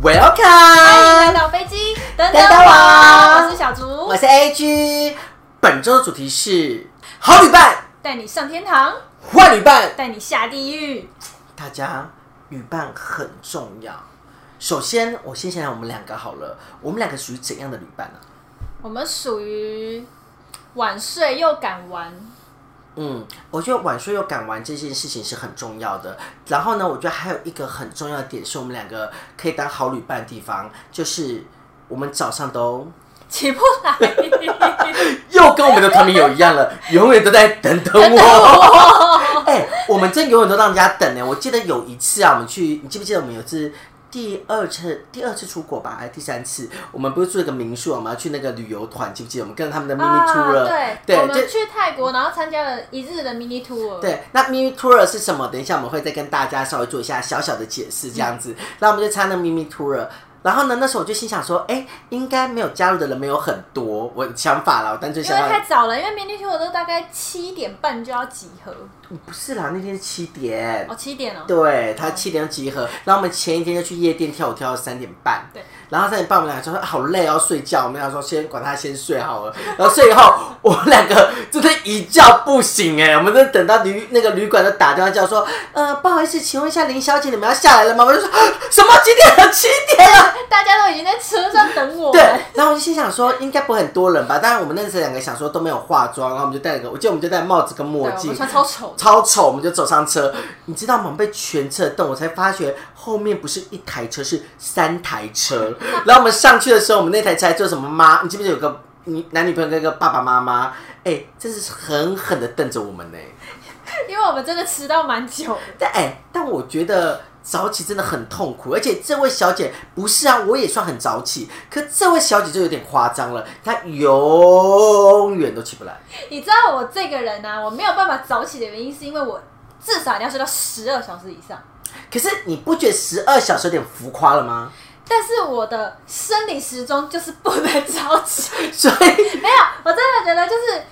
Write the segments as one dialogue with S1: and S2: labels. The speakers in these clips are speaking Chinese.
S1: 欢迎来
S2: Welcome，
S1: 到飞机，等
S2: 等等我
S1: 我是小竹
S2: 我，是 AG。本周的主题是好旅伴、
S1: 带你上天堂，
S2: 坏旅伴。
S1: 带你下地狱。
S2: 大家旅伴很重要。首先，我先想想我们两个好了，我们两个属于怎样的旅伴呢、
S1: 我们属于晚睡又敢玩，
S2: 嗯，我觉得晚睡又赶完这件事情是很重要的。然后呢，我觉得还有一个很重要的点是我们两个可以当好旅伴的地方，就是我们早上都
S1: 起不 来。
S2: 又跟我们的团名友一样 了，永远都在等等我。 哎、我们真永远都让人家等呢、我记得有一次啊，我们去，你记不记得我们有一次第二次第二次出国吧，还是第三次？我们不是住一个民宿，我们要去那个旅游团，记不记得？我们跟着他们的 mini tour 了、
S1: 啊对，我
S2: 对，就
S1: 们去泰国，然后参加了一日的 mini tour。，
S2: 对，那 mini tour 是什么？等一下我们会再跟大家稍微做一下小小的解释，这样
S1: 嗯
S2: 子。那、我们就参那 mini tour。然后呢？那时候我就心想说，哎、应该没有加入的人没有很多，我想法啦，我单纯
S1: 因
S2: 想
S1: 为
S2: 法。
S1: 太早了，因为 mini tour 都大概七点半就要集合。
S2: 不是啦，那天是七点，
S1: 哦，七点哦。
S2: 对他七点集合，然后我们前一天就去夜店跳舞，跳到三点半。
S1: 对，
S2: 然后三点半我们俩就说啊好累，要睡觉。我们俩说先管他先睡好了。然后睡以后，我们两个真的一觉不醒哎、我们真的等到旅那个旅馆的打电话叫说，呃，不好意思，请问一下林小姐，你们要下来了吗？我就说、啊什么几点了？七点了。
S1: 哎大家都已经在车上等我
S2: 对
S1: 们。，
S2: 然后我就心想说，应该不会很多人吧？当然，我们那时候两个想说都没有化妆，然后我们就戴了个，我记得我们就戴帽子跟墨
S1: 我
S2: 镜
S1: 们，穿超丑的。
S2: 超丑，我们就走上车。你知道吗？我们被全车瞪，我才发觉后面不是一台车，是三台车。然后我们上去的时候，我们那台车还坐什么妈？你记不记得有个你男女朋友跟一个爸爸妈妈？哎、真是狠狠的瞪着我们呢、
S1: 因为我们真的迟到蛮久的，
S2: 但哎、但我觉得早起真的很痛苦，而且这位小姐不是啊，我也算很早起，可这位小姐就有点夸张了，她永远都起不来。
S1: 你知道我这个人呢、我没有办法早起的原因，是因为我至少你要睡到十二小时以上。
S2: 可是你不觉得十二小时有点浮夸了吗？
S1: 但是我的生理时钟就是不能早起，
S2: 所以。
S1: 没有，我真的觉得就是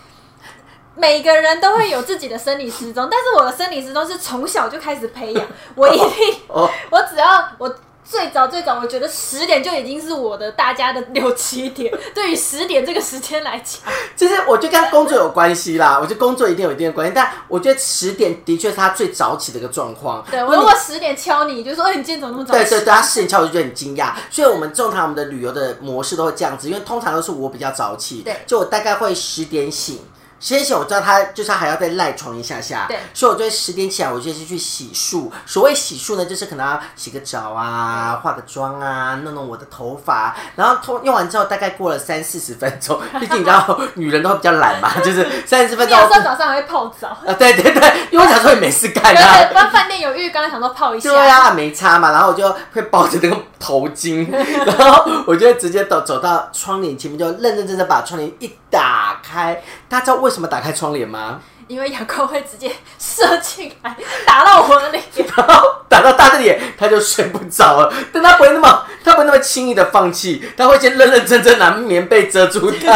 S1: 每个人都会有自己的生理时钟，但是我的生理时钟是从小就开始 培养，我一定，
S2: 哦，
S1: 我只要我最早最早，我觉得十点就已经是我的大家的六七点， 对于十点这个时间来讲，
S2: 就是我就跟工作有关系啦，我觉得工作一定有一定的关系，但我觉得十点的确是他最早起的一个状况。
S1: 对我
S2: 如
S1: 如
S2: 果
S1: 果
S2: 你
S1: 十点敲你，你就说，哎、你今天怎么那么早
S2: 对
S1: 起？
S2: 对对，他十点敲我就觉得很惊讶，所以我们正常我们的旅游的模式都会这样子，因为通常都是我比较早起，
S1: 对
S2: 就我大概会十点醒。十点醒，我知道他就是他还要再赖床一下下，
S1: 对
S2: 所以我就会十点起来，我就是去洗漱。所谓洗漱呢，就是可能要洗个澡啊，化个妆啊，弄弄我的头发，然后通用完之后，大概过了三四十分钟，毕竟你知 道女人都会比较懒嘛，就是三十分
S1: 你
S2: 钟
S1: 有时候早上还会泡澡。
S2: 啊，对对对，因为我想说也没事干
S1: 对
S2: 啊
S1: 对，。饭饭店有浴缸，想说泡一下。
S2: 对啊，没擦嘛，然后我就会抱着那个头巾， 然后我就会直接走走到窗帘前面，就认认真真把窗帘一打开。大家知道为什么打开窗帘吗？
S1: 因为牙膏会直接射进来，打到我 的脸。
S2: 然后打到大的脸，他就睡不着了。但他不会那么，他不会那么轻易的放弃，他会先认认真真拿棉被遮住他。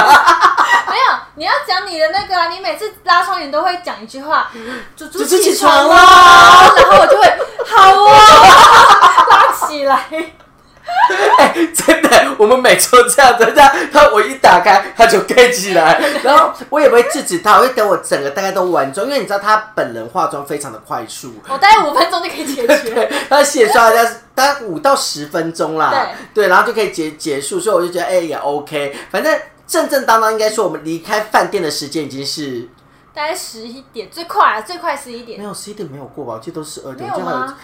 S1: 没有，你要讲你的那个啊，你每次拉窗帘都会讲一句话，猪
S2: 嗯
S1: 猪
S2: 猪猪
S1: 起
S2: 起床
S1: 床
S2: 啦
S1: 啦，然后我就会好哦， 拉起来。
S2: 哎、真的，我们每周这样子，他他我一打开，他就盖起来，然后我也不会制止他，我会等我整个大概都完妆，因为你知道他本人化妆非常的快速，
S1: 我大概五分钟就可以解决。
S2: 对，他写刷大家大概五到十分钟啦，对，然后就可以结结束，所以我就觉得哎、也 OK，反正正正当当应该说我们离开饭店的时间已经是
S1: 大概十一点最快啊，最快十一
S2: 没
S1: 点。
S2: 有十一点没有过吧，我记得都是二
S1: 没
S2: 点，
S1: 有
S2: 我记得好像
S1: 吗？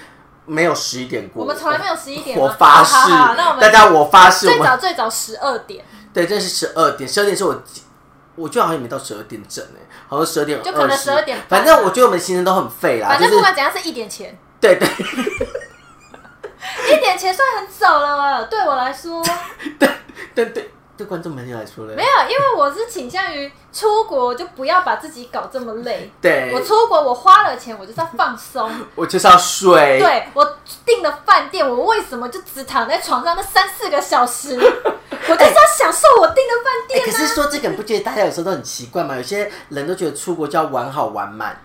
S2: 没有十一点过，
S1: 我们从来没有十一点吗
S2: 我发誓，
S1: 好好好那我们
S2: 大家我发誓，我
S1: 最
S2: 们
S1: 早最早十二点，
S2: 对，这是十二点，十二点是我。我觉得好像也没到十二点整哎、好像十二点
S1: 就可能
S2: 20
S1: 12点半
S2: 反正我觉得我们的行程都很废啦，
S1: 反正
S2: 啊就
S1: 不
S2: 是
S1: 管怎样是一点前，
S2: 对对，
S1: 一点前算很早了，对我来说。
S2: 但对对观众朋友来说呢
S1: 没，有，因为我是倾向于出国就不要把自己搞这么累。
S2: 对
S1: 我，出国，我花了钱，我就是要放松。
S2: 我就是要睡，
S1: 对我订的饭店，我为什么就只躺在床上那三四个小 时？我就是要享受我订的饭
S2: 哎、
S1: 店
S2: 可
S1: 啊！
S2: 是说这个，你不觉得大家有时候都很奇怪吗？有些人都觉得出国就要玩好玩满，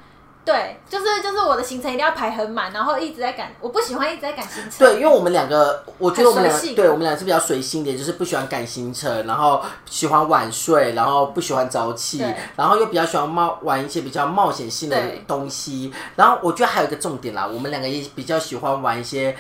S1: 对，就是就是我的行程一定要排很满，然后一直在赶，我不喜欢一直在赶行程。
S2: 对，因为我们两个，我觉得我们两
S1: 很随
S2: 个，
S1: 性
S2: 对我们俩是比较随性的，就是不喜欢赶行程，然后喜欢晚睡，然后不喜欢早起
S1: 对，
S2: 然后又比较喜欢冒玩一些比较冒险性的
S1: 对
S2: 东西。然后我觉得还有一个重点啦，我们两个也比较喜欢玩一些，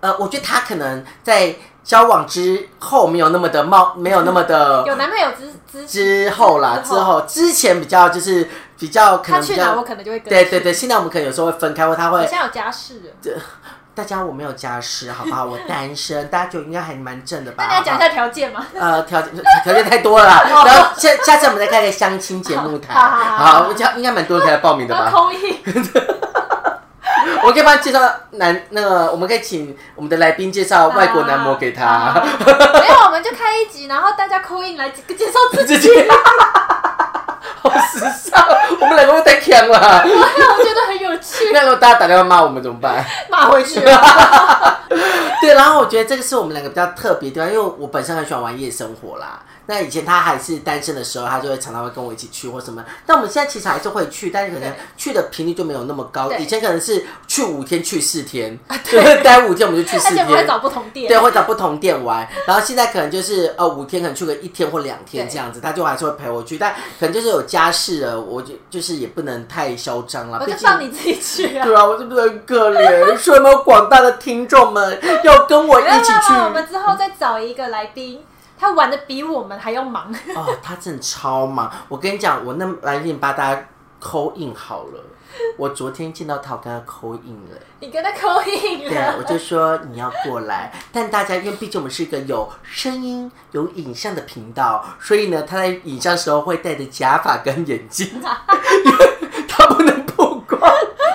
S2: 呃，我觉得他可能在交往之后没有那么的冒，没 有那么的
S1: 有男朋友之之
S2: 之后啦，之
S1: 之后
S2: 后之前比较就是比较可
S1: 他
S2: 能比
S1: 去哪我
S2: 较。
S1: 可能就会跟。
S2: 对对对，现在我们可能有时候会分开，或他
S1: 我
S2: 会
S1: 现在有家室了，
S2: 大家我没有家室，好不好？我单身，大家就应该还蛮正的吧？
S1: 那你要讲一
S2: 好
S1: 下条件吗？
S2: 不好呃，条件条件太多了 啦。然后下下次我们再开个相亲节目台，
S1: 好好好好
S2: 好，我这样应该蛮多人可以来报名的
S1: 要
S2: 吧？
S1: 空一，
S2: 我可以帮他介绍男那个，我们可以请我们的来宾介绍外国男模给
S1: 啊
S2: 他，
S1: 没有，我们就开一集，然后大家扣印来介介绍自 己。
S2: 直接。好时尚，我们两个会太强了。
S1: 哎我觉得很有趣，
S2: 那如果大家打电话骂我啊们怎么办？
S1: 骂回去。啊
S2: 对，然后我觉得这个是我们两个比较特别的地方，因为我本身很喜欢玩夜生活啦。那以前他还是单身的时候，他就会常常会跟我一起去或什么。但我们现在其实还是会去，但是可能
S1: 对
S2: 去的频率就没有那么高。
S1: 对啊
S2: 以前可能是去五天去四天，对，待五天我们就去
S1: 而
S2: 四
S1: 且我们会
S2: 天，
S1: 找不同店。
S2: 对，会啊找不同店玩。然后现在可能就是呃五天可能去个一天或两天
S1: 对
S2: 这样子，他就还是会陪我去，但可能就是有家事了，我就就是也不能太嚣张了。
S1: 我
S2: 毕
S1: 就
S2: 竟
S1: 放你自己去 啊。
S2: 对啊，我是不是很可怜？所以有没有广大的听众们要跟我一
S1: 没有没
S2: 起
S1: 有
S2: 去
S1: 没有，我 们之后再找一个来宾，他玩的比我们还要忙。
S2: 哦，他真的超忙。我跟你讲，我那蓝印把大家扣印好了。我昨天见到他，我跟他扣印了。
S1: 你跟他扣印
S2: 对，啊我
S1: 了，
S2: 就说你要过来。但大家因为毕竟我们是一个有声音、有影像的频道，所以呢，他在影像时候会戴着假发跟眼镜，他不能曝光。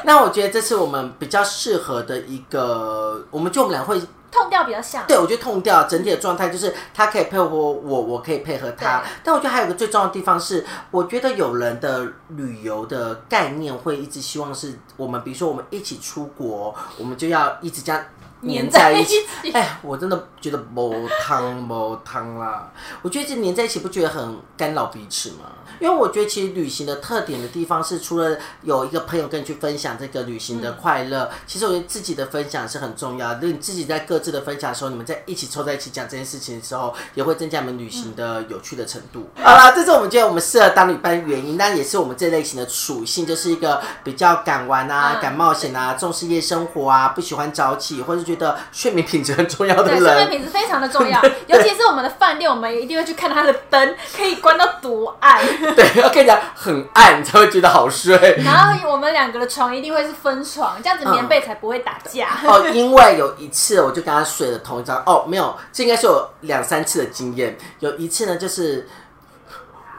S2: 那我觉得这是我们比较适合的一个，我们就我们俩会
S1: 痛调比较像。
S2: 对，我觉啊得痛掉整体的状态就是他可以配合我，我可以配合他
S1: 对。
S2: 但我觉得还有一个最重要的地方是，我觉得有人的旅游的概念会一直希望是我们，比如说我们一起出国，我们就要一直这样
S1: 黏
S2: 黏在
S1: 在一
S2: 一
S1: 起
S2: 起。哎，我真的觉得某汤某汤啦，我觉得这黏在一起不觉得很干扰彼此吗？因为我觉得其实旅行的特点的地方是，除了有一个朋友跟你去分享这个旅行的快乐，
S1: 嗯
S2: 其实我觉得自己的分享是很重要的。你自己在各自的分享的时候，你们在一起凑在一起讲这件事情的时候，也会增加你们旅行的有趣的程度。
S1: 嗯
S2: 好啦，这是我们觉得我们适合当旅伴的原因，但也是我们这类型的属性，就是一个比较敢玩啊、
S1: 嗯
S2: 敢冒险啊、重视夜生活啊、不喜欢早起，或是觉得睡眠品质很重要的
S1: 对，
S2: 人。
S1: 睡眠品质非常的重要，
S2: 啊
S1: 尤其是我们的饭店，我们一定会去看它的灯可以关到多 暗，
S2: 对，要跟你讲很暗，你才会觉得好 睡。
S1: 然后我们两个的床一定会是分床，这样子棉被才不会打架。
S2: 嗯哦，因为有一次我就跟他睡了同一张，哦，没有，这应该是有两三次的经验。有一次呢，就是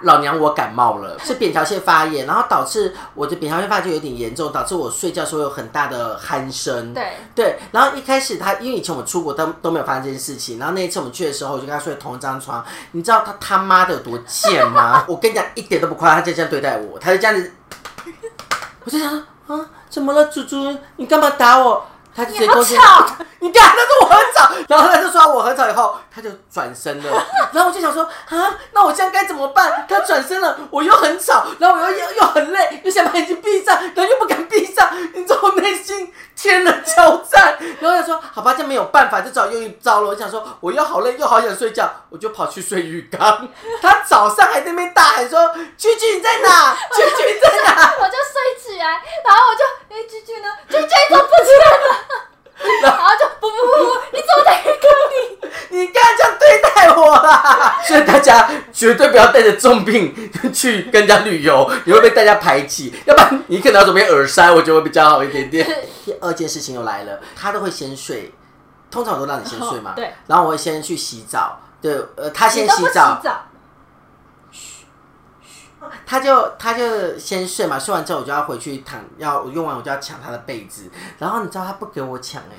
S2: 老娘我感冒了，是扁桃腺发炎，然后导致我的扁桃腺发炎就有点严重，导致我睡觉时候有很大的鼾声。
S1: 对，
S2: 对，然后一开始他，因为以前我们出国都都没有发生这件事情，然后那一次我们去的时候，我就跟他睡同一张床，你知道他他妈的有多贱吗？ 我跟你讲，一点都不夸张，他就这样对待我，他就这样子，我就想说啊，怎么了，猪猪，你干嘛打我？他就直接
S1: 你好
S2: 跟我说
S1: 吵，
S2: 你干，他说我很吵，然后他就说我很吵，以后他就转身了， 然后我就想说啊，那我现在该怎么办？他转身了，我又很吵，然后我又又又很累，又想把眼睛闭上，然后又不敢闭上，你知道我内心天人交战，然后他说好吧，这没有办法，就只好用一招了。我想说我又好累又好想睡觉，我就跑去睡浴缸， 他早上还在那边大喊说菊菊你在哪？菊菊你在哪？
S1: 我就睡起来，然后我就哎，居居呢？居居你怎么不 见了？然后就不不不不，你怎么在这里？
S2: 你刚刚这样对待我啦！ 所以大家绝对不要带着重病去跟人家旅游，你会被大家排 挤，要不然你可能要准备耳塞，我觉得会比较好一点点。第 二件事情又来了，他都会先睡，通常我都让你先睡嘛，
S1: 哦 对，
S2: 然后我会先去洗澡，对，呃，他先
S1: 你都不洗
S2: 澡，
S1: 澡，
S2: 他就他就先睡嘛，睡完之后我就要回去躺，要我用完我就要抢他的被子，然后你知道他不给我抢哎、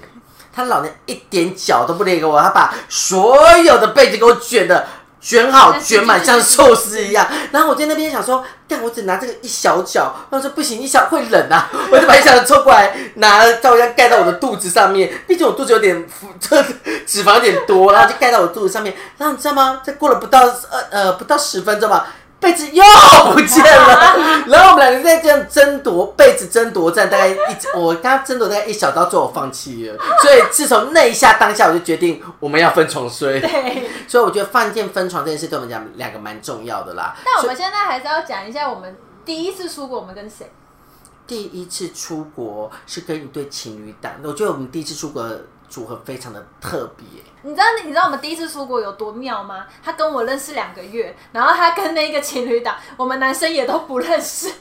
S2: 他老娘一点脚都不留给我，他把所有的被子给我卷的。卷好卷满，像寿司一样。然后我在那边想说，但我只拿这个一小角，然后说不行，一小会冷啊， 我就把一小角抽过来，拿照样盖到我的肚子上面。毕竟我肚子有点 这脂肪有点多，然后就盖到我肚子上面。然后你知道吗？这过了不到呃呃不到十分钟吧，被子又不见了，然后我们两个在这样争夺被子争夺战，大概一直我跟他争夺大概一小刀，最后我放弃了。所以自从那一下当下，我就决定我们要分床睡。
S1: 对，
S2: 所以我觉得饭店分床这件事对我们讲两个蛮重要的啦。
S1: 但我
S2: 所以
S1: 们现在还是要讲一下我们第一次出国，我们跟谁？
S2: 第一次出国是跟一对情侣档，我觉得我们第一次出国的组合非常的特别。
S1: 你知道你知道我们第一次出国有多妙吗？他跟我认识两个月，然后他跟那个情侣档，我们男生也都不认识。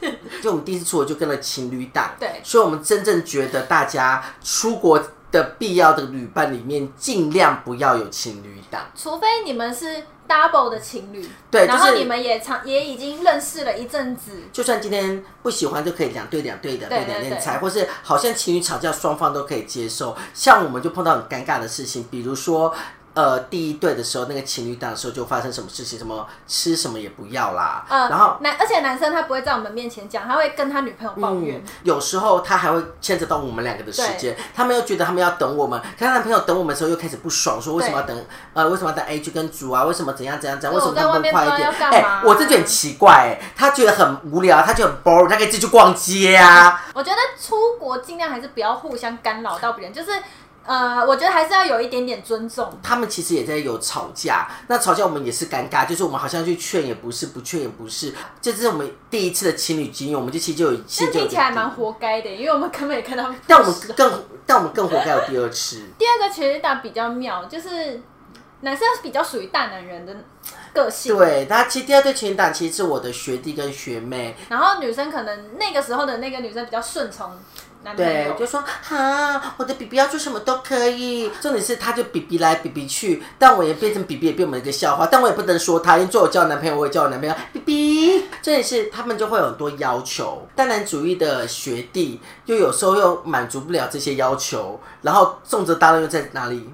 S2: 就我们第一次出国就跟了情侣档，
S1: 对
S2: 所以我们真正觉得大家出国的必要的旅伴里面，尽量不要有情侣档。
S1: 除非你们是 double 的情侣，
S2: 对
S1: 然
S2: 就
S1: 后
S2: 是
S1: 你们也常也已经认识了一阵子，
S2: 就算今天不喜欢，就可以两对两对两对
S1: 对
S2: 两
S1: 对
S2: 对
S1: 对
S2: 猜，或是好像情侣吵架，双方都可以接受。像我们就碰到很尴尬的事情，比如说。呃，第一对的时候，那个情侣档的时候就发生什么事情，什么吃什么也不要啦，
S1: 呃，
S2: 然后
S1: 男而且男生他不会在我们面前讲，他会跟他女朋友抱怨。
S2: 嗯，有时候他还会牵扯到我们两个的时间，他们又觉得他们要等我们，可他男朋友等我们的时候又开始不爽，说为什么要等呃为什么要等 A 去跟猪啊，为什么怎样怎样怎样，为
S1: 对
S2: 什么他们不
S1: 我在
S2: 快
S1: 外
S2: 一
S1: 面
S2: 点
S1: 不知？道要
S2: 哎、
S1: 干嘛
S2: 我这就很奇怪、哎，他觉得很无聊，他就很 boring，他可以自己去逛街啊。
S1: 我觉得出国尽量还是不要互相干扰到别人，就是呃，我觉得还是要有一点点尊重。
S2: 他们其实也在有吵架，那吵架我们也是尴尬，就是我们好像去劝也不是，不劝也不是，这是我们第一次的情侣经验，我们就其实就有其
S1: 这
S2: 实就有
S1: 听起来
S2: 点
S1: 蛮活该的，因为我们根本也看到他们不
S2: 但我们
S1: 爽
S2: 更但我们更活该有第二次。
S1: 第二个情侣档比较妙，就是男生比较属于大男人的个性，
S2: 对，那其实第二对情侣档其实是我的学弟跟学妹，
S1: 然后女生可能那个时候的那个女生比较顺从男朋
S2: 对
S1: 友，，
S2: 就说啊，我的 BB 要做什么都可以。重点是他就 BB 来 BB 去，但我也变成 BB 也变我们一个笑话，但我也不能说他，因为做我交男朋友，我也叫我男朋友 BB。重点是他们就会有很多要求，大男主义的学弟又有时候又满足不了这些要求，然后重责大任又在哪里？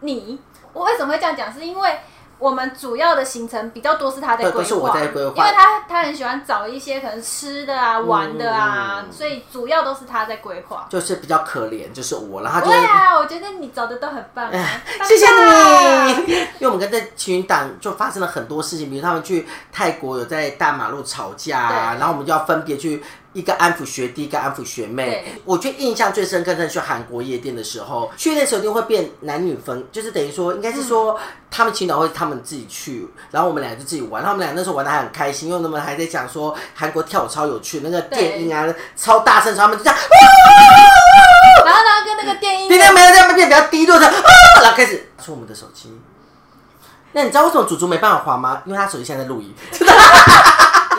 S1: 你，我为什么会这样讲？是因为我们主要的行程比较多是他在
S2: 对
S1: 规
S2: 都
S1: 划，
S2: 是我在规划
S1: 因为他他很喜欢找一些可能吃的啊、玩的啊，
S2: 嗯
S1: 所以主要都是他在规划。
S2: 就是比较可怜，就是我，然后他就
S1: 对
S2: 会
S1: 啊，我觉得你找的都很棒、啊，
S2: 谢谢
S1: 棒棒
S2: 你。因为我们跟这情侣档就发生了很多事情，比如他们去泰国有在大马路吵架啊，
S1: 对
S2: 然后我们就要分别去一个安抚学弟，一个安抚学妹
S1: 对。
S2: 我觉得印象最深刻的是去韩国夜店的时候，去那时候一定会变男女分，就是等于说应该是说。他们情侣会他们自己去，然后我们俩就自己玩。然后我们俩那时候玩的还很开心，因为我们还在讲说韩国跳舞超有趣，那个电音啊超大声，所以他们就这样。
S1: 然后呢，跟那个电音
S2: 今天没有在那边比较低落的啊，然后开始说我们的手机。那你知道为什么祖祖没办法滑吗？因为他手机现在在录音。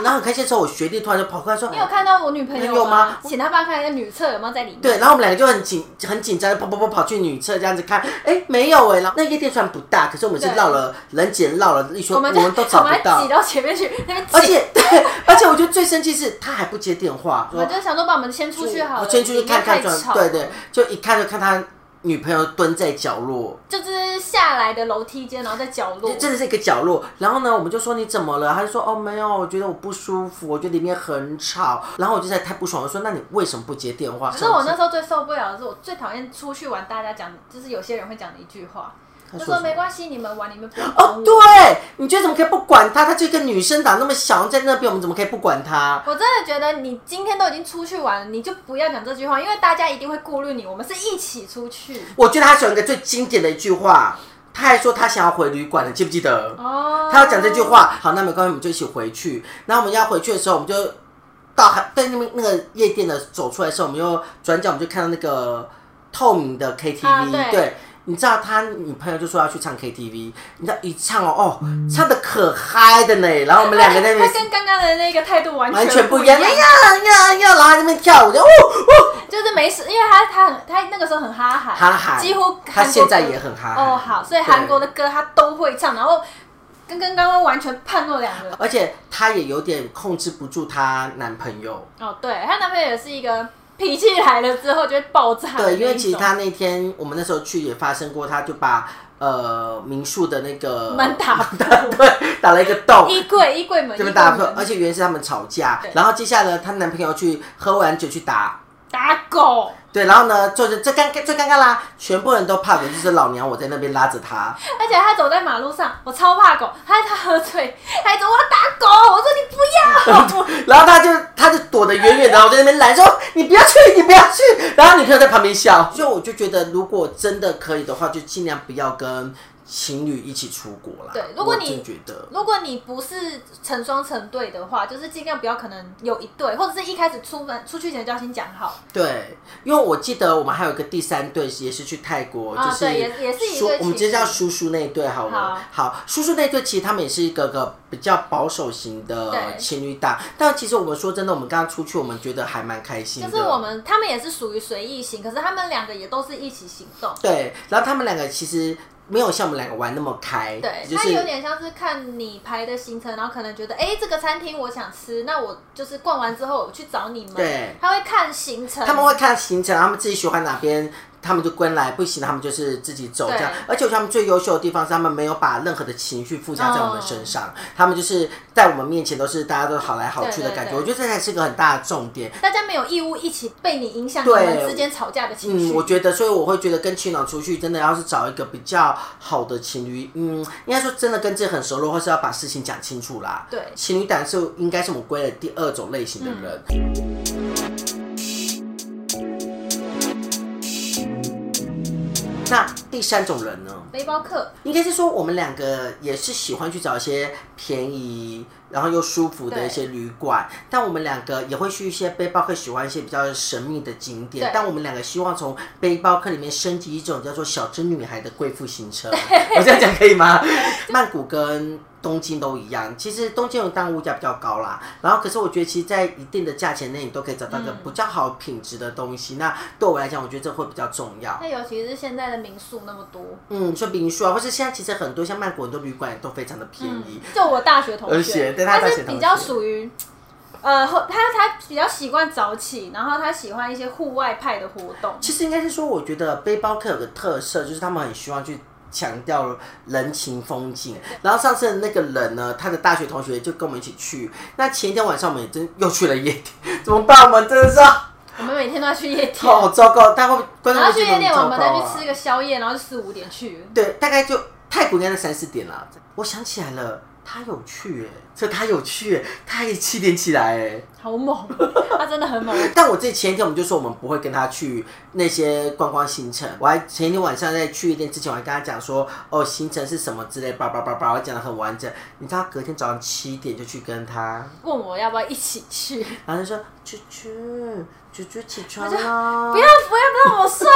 S2: 然后很开心的时候，我学弟突然就跑过来说
S1: 你有看到我女朋
S2: 有
S1: 友
S2: 吗
S1: 吗？请他帮看一下女厕有没有在里：“面。
S2: 对。”然后我们两个就很紧很紧张，跑跑跑跑去女厕这样子看，哎，没有哎、然后那夜店虽然不大，可是我们是
S1: 对
S2: 绕了人挤人绕了一圈，
S1: 我
S2: 我
S1: 们就
S2: 们都找
S1: 我
S2: 不
S1: 们还
S2: 到
S1: 挤。到前面去那边挤，
S2: 而且 对，而且我觉得最生气是他还不接电话，
S1: 我们就想说把我们先出去好了，
S2: 我先出去看看
S1: 里面太吵
S2: 对对，就一看就看他女朋友蹲在角落。
S1: 就是下来的楼梯间，然后在角落
S2: 就，真的是一个角落。然后呢，我们就说你怎么了？他就说哦没有，我觉得我不舒服，我觉得里面很吵。然后我就在太不爽了，说那你为什么不接电话？
S1: 可是我那时候最受不了的是，我最讨厌出去玩，大家讲就是有些人会讲的一句话，
S2: 他
S1: 就
S2: 说
S1: 说
S2: 什么
S1: 没关系，你们玩你们不用管
S2: 哦，
S1: 我。
S2: 对，你觉得怎么可以不管他？他就一个女生长那么小，在那边我们怎么可以不管他？
S1: 我真的觉得你今天都已经出去玩了，你就不要讲这句话，因为大家一定会顾虑你。我们是一起出去
S2: 我觉得他喜欢一个最经典的一句话，他还说他想要回旅馆了，你记不记得？
S1: 哦。
S2: 嗯他要讲这句，话，好，那没关系，我们就一起回去。然后我们要回去的时候，我们就到海在那边那个夜店的走出来的时候，我们又转角，我们就看到那个透明的 KTV，、
S1: 啊对
S2: 你知道他女朋友就说要去唱 KTV，你知道一唱哦，哦，唱的可嗨的呢。然后我们两个在那
S1: 他
S2: 边
S1: 跟刚刚的那个态度完
S2: 完全
S1: 不
S2: 不一样，哎呀呀呀，然后还在那边跳舞，就哦哦，
S1: 就是没事，因为他他很他那个时候很哈韩，
S2: 哈海，
S1: 几乎
S2: 他
S1: 韩国
S2: 现在
S1: 歌
S2: 也很哈海
S1: 哦，好，所以
S2: 对
S1: 韩国的歌他都会唱，然后跟跟刚刚完全判若两人。
S2: 而且她也有点控制不住她男朋友。
S1: 哦，对，她男朋友也是一个脾气来了之后就会爆炸的那
S2: 对，
S1: 一种。
S2: 因为其实他那天我们那时候去也发生过，他就把呃民宿的那个
S1: 门 打破
S2: 对打了一个洞，
S1: 衣柜衣柜门
S2: 这
S1: 衣
S2: 边
S1: 柜
S2: 打破，
S1: 门
S2: 而且原因是他们吵架
S1: 对，
S2: 然后接下来她男朋友去喝完酒去打
S1: 打狗，
S2: 对，然后呢，就是最尴尬最尴尬啦，全部人都怕狗，就是老娘我在那边拉着他，
S1: 而且他走在马路上，我超怕狗。他他喝醉，他一直我要打狗，我说你不要，
S2: 然后他就他就躲得远远的，然后我在那边拦说你不要去，你不要去，然后女朋友在旁边笑，所以我就觉得如果真的可以的话，就尽量不要跟情侣一起出国啦。
S1: 对如果你
S2: 我真觉得
S1: 如果你不是成双成对的话，就是尽量不要可能有一对，或者是一开始出门出去前就要先讲好。
S2: 对，因为我记得我们还有一个第三对也是去泰国，
S1: 啊
S2: 就是
S1: 对也也是一
S2: 叔
S1: 对
S2: 我们
S1: 情
S2: 直接叫
S1: 侣
S2: 叔叔那一对好了。好，叔叔那一对其实他们也是一个个比较保守型的
S1: 对
S2: 情侣档，但其实我们说真的，我们刚刚出去，我们觉得还蛮开心
S1: 就
S2: 的。
S1: 是我们他们也是属于随意型，可是他们两个也都是一起行动。
S2: 对，然后他们两个其实没有像我们两个玩那么开，
S1: 对，
S2: 就
S1: 他有
S2: 是
S1: 点像是看你排的行程，然后可能觉得，哎、这个餐厅我想吃，那我就是逛完之后我去找你们。
S2: 对
S1: 他会看行程，
S2: 他们会看行程，他们自己喜欢哪边。他们就跟来，不行，他们就是自己走这样
S1: 对。
S2: 而且我觉得他们最优秀的地方是，他们没有把任何的情绪附加在我们
S1: 哦
S2: 身上，他们就是在我们面前都是大家都好来好去的
S1: 对对
S2: 感觉。
S1: 对
S2: 我觉得这才是个很大的重点。
S1: 大家没有义务一起被你影响你
S2: 对
S1: 们之间吵架的情绪。
S2: 嗯，我觉得，所以我会觉得跟情郎出去，真的要是找一个比较好的情侣，嗯，应该说真的跟这很熟络，或是要把事情讲清楚啦。
S1: 对
S2: 情侣档是应该是我们归的第二种类型的人。那第三种人呢？
S1: 背包客，
S2: 应该是说我们两个也是喜欢去找一些便宜，然后又舒服的
S1: 对
S2: 一些旅馆，但我们两个也会去一些背包客喜欢一些比较神秘的景点
S1: 对，
S2: 但我们两个希望从背包客里面升级一种叫做小资女孩的贵妇行 程。我这样讲可以吗？曼谷跟东京都一样，其实东京有当然物价比较高啦，然后可是我觉得其实，在一定的价钱内，你都可以找到一个
S1: 嗯
S2: 比较好品质的东西。那对我来讲，我觉得这会比较重要。
S1: 那尤其是现在的民宿那么多，
S2: 嗯，说民宿啊，或是现在其实很多像曼谷很多旅馆也都非常的便宜。
S1: 就我大学同
S2: 而且
S1: 学，
S2: 对他
S1: 他
S2: 大学
S1: 是
S2: 同
S1: 比较
S2: 学
S1: 属于。呃，后他他比较习惯早起，然后他喜欢一些户外派的活动。
S2: 其实应该是说，我觉得背包客有个特色，就是他们很希望去强调人情风景。然后上次那个人呢，他的大学同学就跟我们一起去，那前一天晚上我们也真又去了夜店，怎么办？我们真的是
S1: 我们每天都要去夜店，
S2: 好糟糕，大家会观众
S1: 然
S2: 会
S1: 后
S2: 觉
S1: 去
S2: 得
S1: 夜店，
S2: 很糟
S1: 我们
S2: 糕
S1: 再
S2: 啊
S1: 去吃个宵夜，然后就四五点去。
S2: 对，大概就泰国应该在三四点啦。我想起来了，他有去哎、这他有去哎、他也七点起来哎、
S1: 好猛， 他真的很猛。
S2: 但我自己前一天我们就说我们不会跟他去那些观光行程，我还前一天晚上在去夜店之前，我还跟他讲说，哦，行程是什么之类，叭叭叭叭，我讲的很完整。你知道他隔天早上七点就去跟他，
S1: 问我要不要一起去，
S2: 然后就说啾啾啾啾起床啦
S1: 不，要不要让我 睡。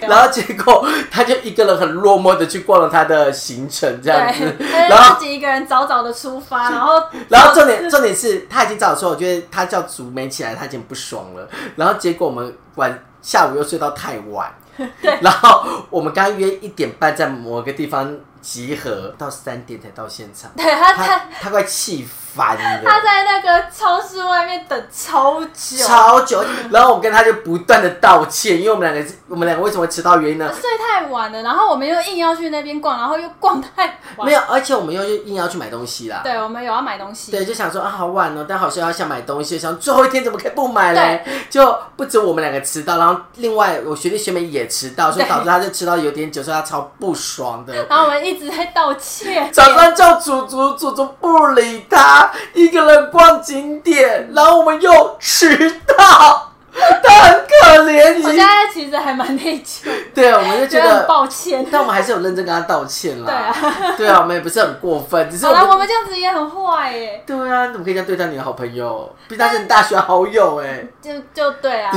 S2: 然后结果 他就一个人很落寞的去逛了他的行程这样子，
S1: 对，
S2: 然
S1: 他就
S2: 后
S1: 自己一个人早早的出发，然后
S2: 然后重点重点是他已经早说，我觉得他叫竹梅起来，他已经不爽了。然后结果我们晚下午又睡到太晚， 对。然后我们刚约一点半在某个地方集合，到三点才到现场，
S1: 对他
S2: 他
S1: 他
S2: 他快气翻
S1: 他
S2: 了。
S1: 在那个超市外面等超久，
S2: 超久，然后我跟他就不断的道歉，因为我们两个是，我们两个为什么会迟到原因呢？
S1: 睡太晚了，然后我们又硬要去那边逛，然后又逛太晚。
S2: 没有，而且我们又硬要去买东西啦，
S1: 对，我们有要买东西。
S2: 对，就想说啊，好晚哦，但好像要想买东西，想最后一天怎么可以不买嘞
S1: 对？
S2: 就不止我们两个迟到，然后另外我学弟学妹也迟到，所以
S1: 对
S2: 导致他就迟到有点久，所以他超不爽的。
S1: 然后我们一直在道歉。
S2: 早上叫祖祖，祖祖不理他，一个人逛景点，然后我们又迟到，他很可怜。
S1: 我现在其实还蛮内疚，
S2: 对，我们就觉
S1: 觉得很
S2: 得，
S1: 抱歉。
S2: 但我们还是有认真跟他道歉啦。
S1: 对啊，
S2: 对啊，我们也不是很过分，只是
S1: 好
S2: 我
S1: 了，
S2: 们
S1: 我们这样子也很坏耶，
S2: 对啊，你怎么可以这样对待你的好朋友？毕竟他是你大学好友哎、
S1: 就就对啊，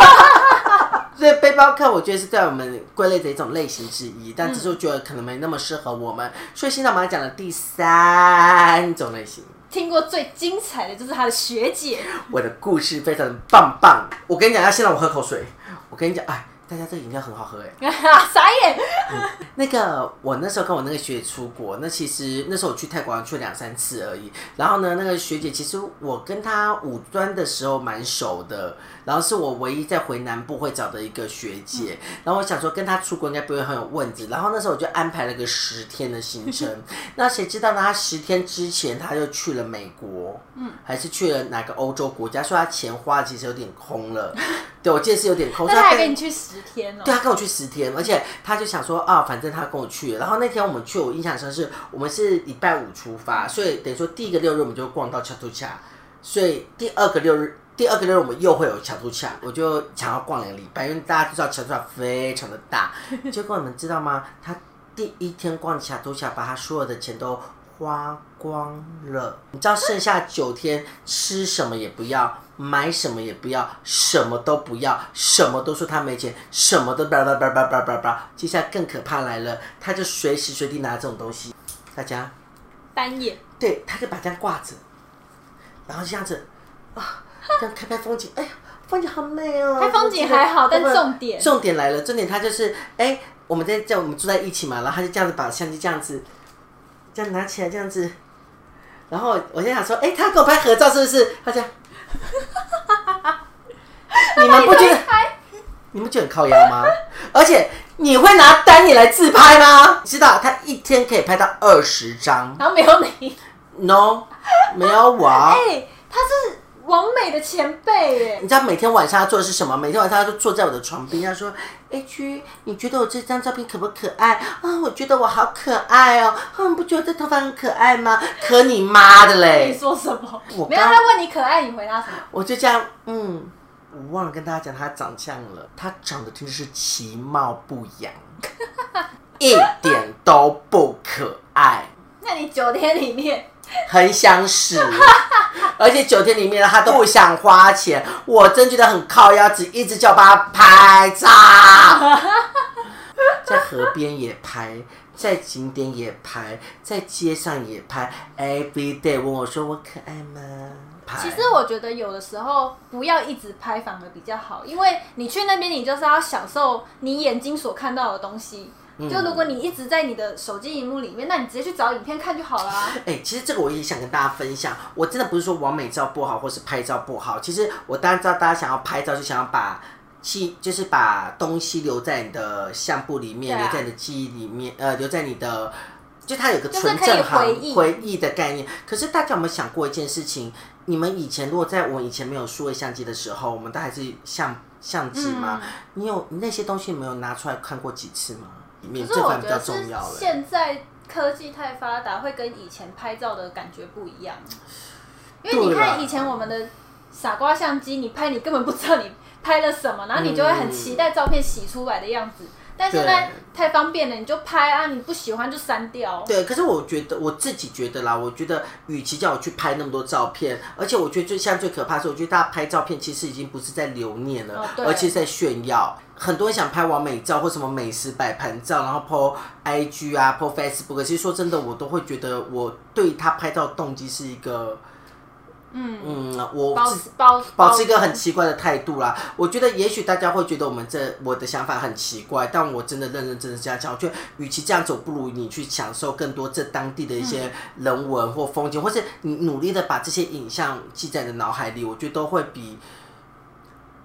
S2: 所以背包客，我觉得是在我们归类的一种类型之一，但只是我觉得可能没那么适合我们。所以现在我们要讲的第三种类型，
S1: 听过最精彩的就是他的学姐，
S2: 我的故事非常的棒棒。我跟你讲，要先让我喝口水。我跟你讲，哎，大家这个饮料很好喝哎。
S1: 傻眼，
S2: 那个我那时候跟我那个学姐出国，那其实那时候我去泰国好像去两三次而已。然后呢，那个学姐其实我跟她五专的时候蛮熟的，然后是我唯一在回南部会找的一个学姐。
S1: 嗯
S2: 然后我想说跟她出国应该不会很有问题。然后那时候我就安排了个十天的行 程。那谁知道呢？她十天之前她就去 了美国，嗯，还是去了哪个欧洲国家？说她钱花的其实有点空了。对，我记得是有点抠，
S1: 那
S2: 所以
S1: 他还
S2: 跟
S1: 跟你去十天哦、
S2: 对他跟我去十天，而且他就想说啊，反正他跟我去了。然后那天我们去，我印象深是，我们是礼拜五出发，所以等于说第一个六日我们就逛到恰图恰，所以第二个六日，第二个六日我们又会有恰图恰，我就想要逛两个礼拜，因为大家都知道恰图恰非常的大。结果你们知道吗？他第一天逛恰图恰，把他所有的钱都。花光了，你知道剩下九天吃什么也不要，买什么也不要，什么都不要，什么都说他没钱，什么都叭叭叭叭叭叭叭。接下来更可怕来了，他就随时随地拿这种东西，大家
S1: 单眼，
S2: 对，他就把这样挂着，然后这样子啊，这样拍拍风景，哎呀，风景好美哦。
S1: 拍风景还好
S2: 对不对
S1: 但重点
S2: 重点来了，重点他就是哎，我们在在我们住在一起嘛，然后他就这样子把相机这样子，这样拿起来这样子，然后我就想说，哎，他跟我拍合照是不是？他这样，你们不觉得？你们觉得很靠腰吗？而且你会拿单眼来自拍吗？知道他一天可以拍到二十张。
S1: 然后没有你，
S2: No，没有我
S1: 哎、。他是王美的前辈耶
S2: 你，知道每天晚上他做的是什么？每天晚上他就坐在我的床边，他说：“H，你觉得我这张照片可不可爱啊？我觉得我好可爱哦。啊，你不觉得这头发很可爱吗？可你妈的
S1: 你
S2: 嘞！
S1: 说什么
S2: 我？
S1: 没有，
S2: 刚
S1: 他问你可爱，你回答什么？
S2: 我就这样，嗯，我忘了跟大家讲他长相了。他长得真的是其貌不扬， 一点都不可爱。”
S1: 那你九天里 面，
S2: 很想死，而且九天里面他都不想花钱，我真觉得很靠腰，只一直叫我帮他拍照，在河边也拍，在景点也拍，在街上也拍，every day 问我说我可爱吗？拍
S1: 其实我觉得有的时候不要一直拍反而比较好，因为你去那边，你就是要享受你眼睛所看到的东西。
S2: 嗯
S1: 就如果你一直在你的手机荧幕里面，那你直接去找影片看就好了、啊。
S2: 哎、其实这个我也想跟大家分享，我真的不是说完美照不好，或是拍照不好。其实我当然知道大家想要拍照，就想要把记，就是把东西留在你的相簿里面，
S1: 对啊
S2: 留在你的记忆里面，呃，留在你的，就它有个
S1: 就是
S2: 纯
S1: 可以
S2: 正行
S1: 回忆
S2: 的概念。可是大家有没有想过一件事情？你们以前如果在我以前没有数位相机的时候，我们都还是相相机吗？
S1: 嗯
S2: 你有你那些东西没有拿出来看过几次吗？里面
S1: 可
S2: 这
S1: 是我
S2: 块
S1: 觉
S2: 比较
S1: 得
S2: 重
S1: 是
S2: 要了。
S1: 现在科技太发达，会跟以前拍照的感觉不一样。因为你
S2: 对啦
S1: 看以前我们的傻瓜相机，你拍你根本不知道你拍了什么，然后你就会很期待照片洗出来的样子。但现在太方便了，你就拍啊，你不喜欢就删掉。
S2: 对，可是我觉得我自己觉得啦，我觉得与其叫我去拍那么多照片，而且我觉得最现在最可怕的是，我觉得大家拍照片其实已经不是在留念了，
S1: 哦对
S2: 而且是在炫耀。很多人想拍完美照或什么美食摆盘照，然后 po IG 啊，po Facebook。其实说真的，我都会觉得我对他拍照的动机是一个，
S1: 嗯，
S2: 嗯，我
S1: 保
S2: 自
S1: 保
S2: 保持一个很奇怪的态度啦。我觉得也许大家会觉得我们这我的想法很奇怪，但我真的认认真真这样想，我觉得与其这样走，不如你去享受更多这当地的一些人文或风景，或是你努力的把这些影像记在你的脑海里，我觉得都会比。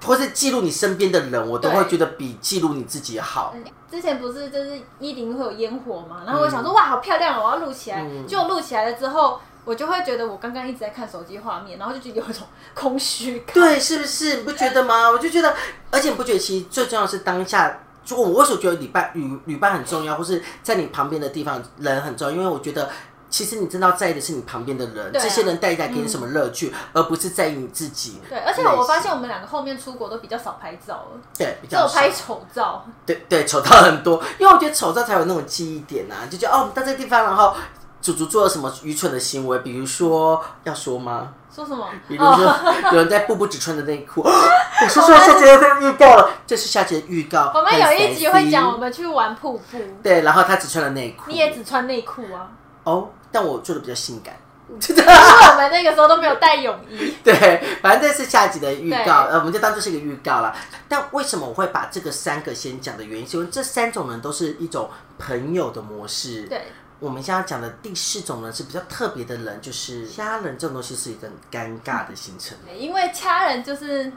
S2: 或是记录你身边的人，我都会
S1: 对
S2: 觉得比记录你自己好。
S1: 嗯之前不是就是一零会有烟火嘛，
S2: 嗯
S1: 然后我想说、哇好漂亮哦，我要录起来。结果录起来了之后，我就会觉得我刚刚一直在看手机画面，然后就觉得有一种空虚感。
S2: 对，是不是？你不觉得吗？我就觉得，而且你不觉得其实最重要的是当下。就我为什么觉得旅伴旅旅伴很重要，或是在你旁边的地方人很重要？因为我觉得其实你真的要在意的是你旁边的人，
S1: 对啊嗯
S2: 这些人带带给你什么乐趣，而不是在意你自己。
S1: 对，而且我发现我们两个后面出国都比较少拍照了，
S2: 对比
S1: 只
S2: 较
S1: 有
S2: 少
S1: 拍丑照。
S2: 对对，丑照很多，因为我觉得丑照才有那种记忆点啊，就觉得哦，我们到这个地方，然后祖祖做了什么愚蠢的行为，比如说要说吗？
S1: 说什 么？哦
S2: 比如说，有人在步步只穿着内裤， 我说出来下集的预告了，这是下集的预告。
S1: 我们有一集会讲我
S2: 很 sexy
S1: 们去玩瀑布，
S2: 对，然后他只穿了内裤，
S1: 你也只穿内裤 啊，
S2: 哦，但我做的比较性感。
S1: 因为我们那个时候都没有带泳衣。
S2: 对，反正这是下集的预
S1: 对
S2: 告，呃，我们就当做是一个预告啦。但为什么我会把这个三个先讲的原因，是因为这三种人都是一种朋友的模式。
S1: 对，
S2: 我们现在讲的第四种人是比较特别的人，就是家人这种东西是一个很尴尬的行程。
S1: 因为掐人就是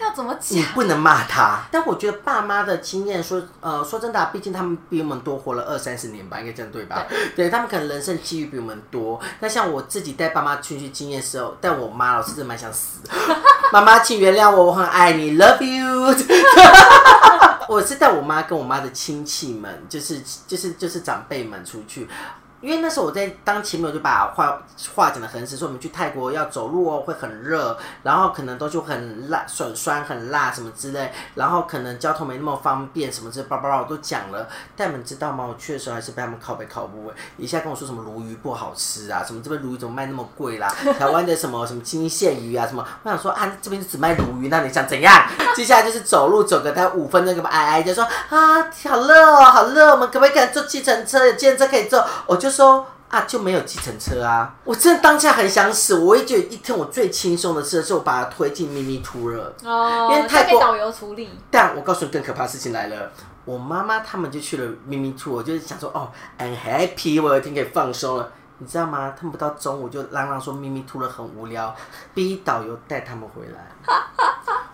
S1: 要怎么讲
S2: 你？不能骂他。但我觉得爸妈的经验说，呃，说真的啊、毕竟他们比我们多活了二三十年吧，应该这样对吧？对他们可能人生机遇比我们多。那像我自己带爸妈出去经验的时候，但我妈老是真的蛮想死的。 妈妈，请原谅我，我很爱你，love you。我是带我妈跟我妈的亲戚们，就是就是就是长辈们出去。因为那时候我在当前面，我就把话话讲的很死，说我们去泰国要走路哦，会很热，然后可能东西会很辣、很酸、很辣什么之类，然后可能交通没那么方便什么之类，叭叭叭我都讲了。但你们知道吗？我去的时候还是被他们靠背靠不稳，一下跟我说什么鲈鱼不好吃啊，什么这边鲈鱼怎么卖那么贵啦，台湾的什么什么金线鱼啊什么，我想说啊，这边只卖鲈鱼，那你想怎样？接下来就是走路走个大概五分钟，干嘛哎哎就说啊，好热哦，好热，我们可不可以赶坐计程车？有计程车可以坐，我就说。啊，就没有计程车啊！我真的当下很想死，我也觉得一天我最轻松的事就是我把他推进秘密兔了。
S1: 哦，
S2: 嗯因为泰
S1: 要被
S2: 国嗯
S1: 导游处理，
S2: 但我告诉你，更可怕的事情来了。我妈妈他们就去了秘密处，我就是想说，哦，I'm happy，我有一天可以放松了，你知道吗？他们不到中午就嚷嚷说秘密兔了很无聊，逼导游带他们回来。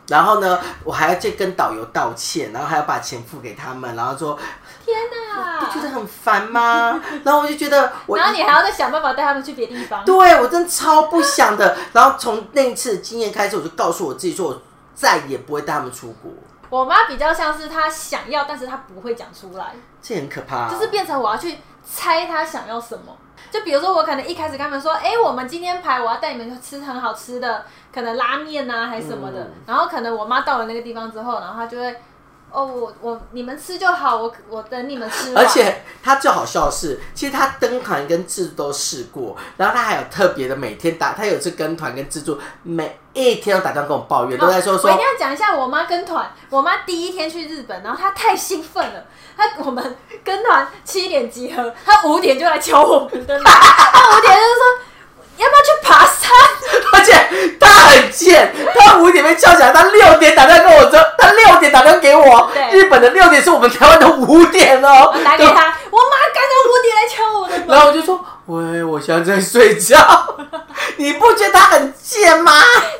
S2: 然后呢，我还要去跟导游道歉，然后还要把钱付给他们，然后说
S1: 天哪！
S2: 不觉得很烦吗？然后我就觉得我
S1: 然后你还要再想办法带他们去别地方。
S2: 对我真的超不想的。然后从那一次经验开始，我就告诉我自己说，我再也不会带他们出国，
S1: 我妈比较像是她想要，但是她不会讲出来，
S2: 这很可怕啊、
S1: 就是变成我要去猜她想要什么。就比如说，我可能一开始跟他们说，哎、我们今天排，我要带你们去吃很好吃的，可能拉面啊，还是什么的。
S2: 嗯
S1: 然后可能我妈到了那个地方之后，然后她就会，哦，我我你们吃就好，我我等你们吃完。
S2: 而且他最好笑的是，其实他跟团跟自助都试过，然后他还有特别的每天打，他有一次跟团跟自助，每一天都打电话跟我抱
S1: 哦
S2: 怨，都在说
S1: 我一
S2: 说
S1: 定。要讲一下我妈跟团。我妈第一天去日本，然后她太兴奋了，她我们跟团七点集合，她五点就来敲我们的门，她五点就说要不要去爬山？
S2: 而且他很贱，他五点被叫起来，他六点打电话跟我说，他六点打电话给我。
S1: 对
S2: 日本的六点是我们台湾的五点哦、
S1: 我打给她，我妈刚刚五点来敲我的门，
S2: 然后我就说，喂，我现在在睡觉。 你不觉得他很贱吗？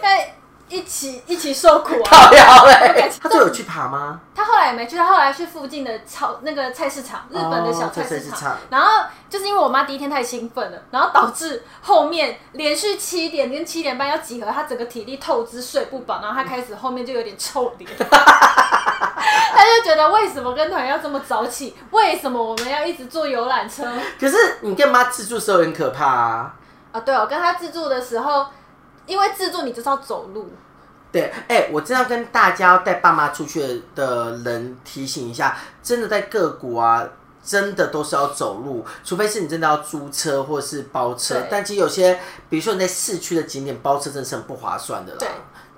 S1: 她哎一起一起受苦啊。
S2: 讨厌嘞
S1: 敢！
S2: 他最后有去爬吗？
S1: 她后来也没去，她后来去附近的超那个菜市场，日本的小
S2: 哦
S1: 菜市
S2: 菜市
S1: 场。
S2: 场
S1: 然后就是因为我妈第一天太兴奋了，然后导致后面连续七点跟七点半要集合，她整个体力透支，睡不饱，然后她开始后面就有点臭脸。 她就觉得为什么跟团要这么早起？为什么我们要一直坐游览车？
S2: 可是你跟妈自助的时候很可怕啊。
S1: 啊，对，我跟她自助的时候，因为自助你就是要走路，
S2: 对，哎、我真的要跟大家要带爸妈出去的人提醒一下，真的在各国啊，真的都是要走路，除非是你真的要租车或是包车
S1: 对，
S2: 但其实有些，比如说你在市区的景点包车，真的是很不划算的啦。
S1: 对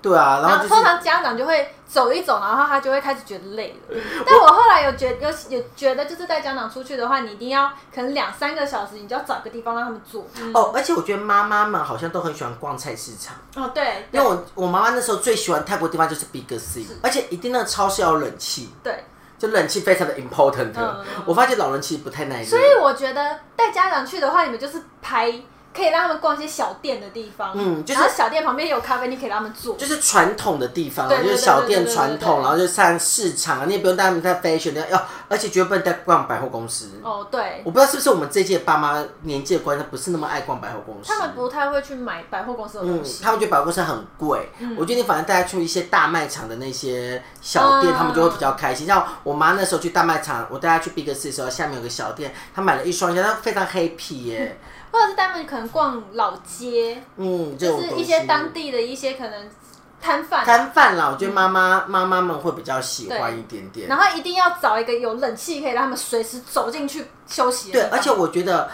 S2: 对啊，然后就是
S1: 通常家长就会走一走，然后他就会开始觉得 累了。但我后来有觉有有觉得，就是带家长出去的话，你一定要可能两三个小时，你就要找个地方让他们坐。
S2: 哦，而且我觉得妈妈们好像都很喜欢逛菜市场。
S1: 哦，对
S2: 因为我我妈妈那时候最喜欢泰国地方就是 Big C，而且一定那个超市要有冷气，
S1: 对，
S2: 就冷气非常的 important、
S1: 嗯嗯
S2: 我发现老人其实不太耐热，
S1: 所以我觉得带家长去的话，你们就是排可以让他们逛一些小店的地方，
S2: 嗯就是
S1: 然后小店旁边有咖啡，你可以让他们坐。
S2: 就是传统的地方啊，
S1: 对对
S2: 就
S1: 对
S2: 是小店
S1: 对对对
S2: 传
S1: 对
S2: 统，
S1: 对
S2: 然后就上市场啊，你也不用带他们在 fashion 那样，哦，而且绝对不能带逛百货公司。
S1: 哦，对，
S2: 我不知道是不是我们这届爸妈年纪的关系，不是那么爱逛百货公司。
S1: 他们不太会去买百货公司的
S2: 嗯
S1: 东西。，
S2: 他们觉得百货公司很贵。
S1: 嗯
S2: 我觉得你反正带他去一些大卖场的那些小店，
S1: 嗯
S2: 他们就会比较开心。像我妈那时候去大卖场，我带她去 Big C 的时候，下面有个小店，她买了一双鞋，她非常 happy 耶。
S1: 或者是他们可能逛老街，
S2: 嗯，这
S1: 就
S2: 种
S1: 是
S2: 东
S1: 一
S2: 西
S1: 些当地的一些可能摊贩啊
S2: 摊贩啦，我觉得妈妈妈妈们会比较喜欢
S1: 对
S2: 一点点。
S1: 然后一定要找一个有冷气，可以让他们随时走进去休息的
S2: 对
S1: 地，方。
S2: 而且我觉得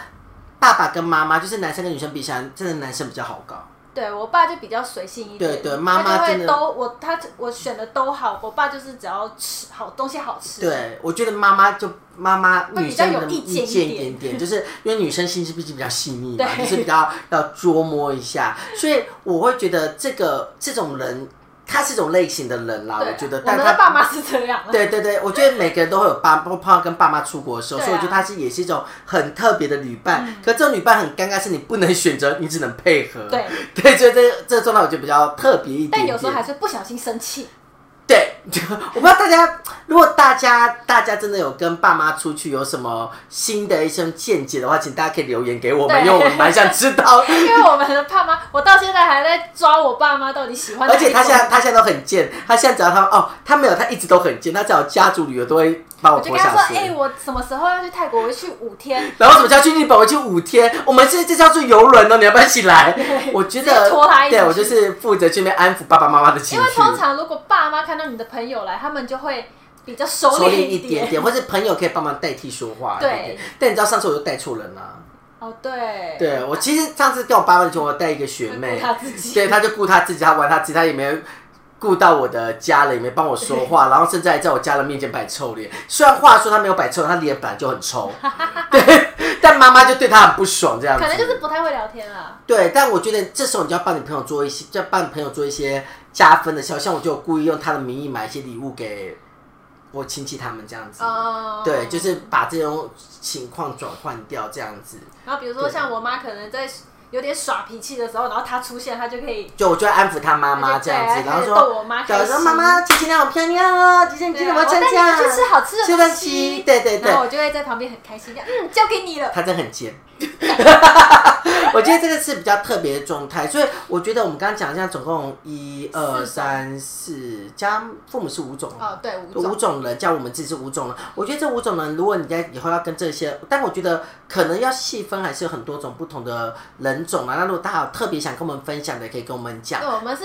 S2: 爸爸跟妈妈就是男生跟女生比起来，真的男生比较好搞。
S1: 对我爸就比较随性一点，
S2: 对对妈妈
S1: 他就
S2: 真
S1: 会
S2: 的
S1: 都我他我选的都好，我爸就是只要吃好东西好吃，，
S2: 对，我觉得妈妈就妈妈
S1: 会
S2: 女
S1: 比较
S2: 生
S1: 有
S2: 的
S1: 意见一
S2: 见一
S1: 点
S2: 点点，就是因为女生心思毕竟比较细 腻嘛，
S1: 对
S2: 就是比较要捉摸一下，所以我会觉得这个这种人，他是一种类型的人啦，
S1: 对啊
S2: 我觉得，
S1: 我
S2: 但
S1: 们
S2: 他
S1: 的爸妈是这样，
S2: 对对对，我觉得每个人都会有爸 碰到跟爸妈出国的时候，
S1: 对啊嗯
S2: 所以我觉得他是也是一种很特别的旅伴。可这种旅伴很尴尬，是你不能选择，你只能配合。
S1: 对
S2: 对，所以这这状态我觉得比较特别一点点。
S1: 但有时候还是不小心生气，
S2: 对，我不知道大家，如果大家大家真的有跟爸妈出去有什么新的一些见解的话，请大家可以留言给我们，
S1: 对
S2: 因为我们蛮想知 道。
S1: 因为我们的爸妈，我到现在还在抓我爸妈到底喜欢哪
S2: 而
S1: 一种。
S2: 且他现在他现在都很贱，他现在只要他哦，他没有，他一直都很贱，他只要有家族旅游都会把我
S1: 我就
S2: 拖
S1: 跟他
S2: 下
S1: 说：“哎、
S2: 水。
S1: 我什么时候要去泰国？我会去五天。
S2: 然后什么叫去日本？我去五天，我们现在这叫做游轮哦，你要不要一起 来？我觉
S1: 直
S2: 得
S1: 接拖他一起
S2: 对
S1: 去
S2: 我就是负责去那边安抚爸爸妈妈的”情
S1: 因
S2: 绪
S1: 为，通常如果爸妈看到你的朋友来，他们就会比较收
S2: 收敛
S1: 敛
S2: 一点。点，或是朋友可以帮忙代替说话。
S1: 对
S2: 一点点，但你知道上次我就带错人了。
S1: 哦，对，
S2: 对我其实上次跟我爸妈去，我带一个学妹，
S1: 他自己。
S2: 对，他就顾他自己，他玩他自己，他也没有顾到我的家人，也没帮我说 话，然后甚至还在我家人面前摆臭脸。虽然话说他没有摆臭脸，他脸本来就很臭，对，但妈妈就对他很不爽，这样子。
S1: 可能就是不太会聊天啊啦。
S2: 对，但我觉得这时候你就要帮你朋友做一些，就要帮你朋友做一些加分的消息，像我就有故意用他的名义买一些礼物给我亲戚他们这样子。
S1: 哦，
S2: 对，就是把这种情况转换掉，这样子。
S1: 然后比如说像我妈可能在有点耍脾气的时候，然后她出现，她就可以
S2: 就我就会安抚他妈妈这样
S1: 对
S2: 子，然后
S1: 哎开始
S2: 说
S1: 逗我妈
S2: 对
S1: 开
S2: 我
S1: 心
S2: 说妈妈，姐姐你好漂亮哦，姐姐你今天有没有
S1: 对
S2: 参
S1: 啊
S2: 加？
S1: 我带你去吃好吃的
S2: 吃
S1: 东
S2: 饭
S1: 西
S2: 吃，对对对
S1: 然，后我就会在旁边很开心，这样嗯，交给你了。
S2: 他真的很贱。 我觉得这个是比较特别的状态，所以我觉得我们刚刚讲一下，总共一二三四加父母是五种
S1: 哦，对，五
S2: 五
S1: 种，
S2: 种人加我们自己是五种人，我觉得这五种人，如果你在以后要跟这些，但我觉得可能要细分，还是有很多种不同的人种啊。那如果大家有特别想跟我们分享的，可以跟我们讲
S1: 对，。我们是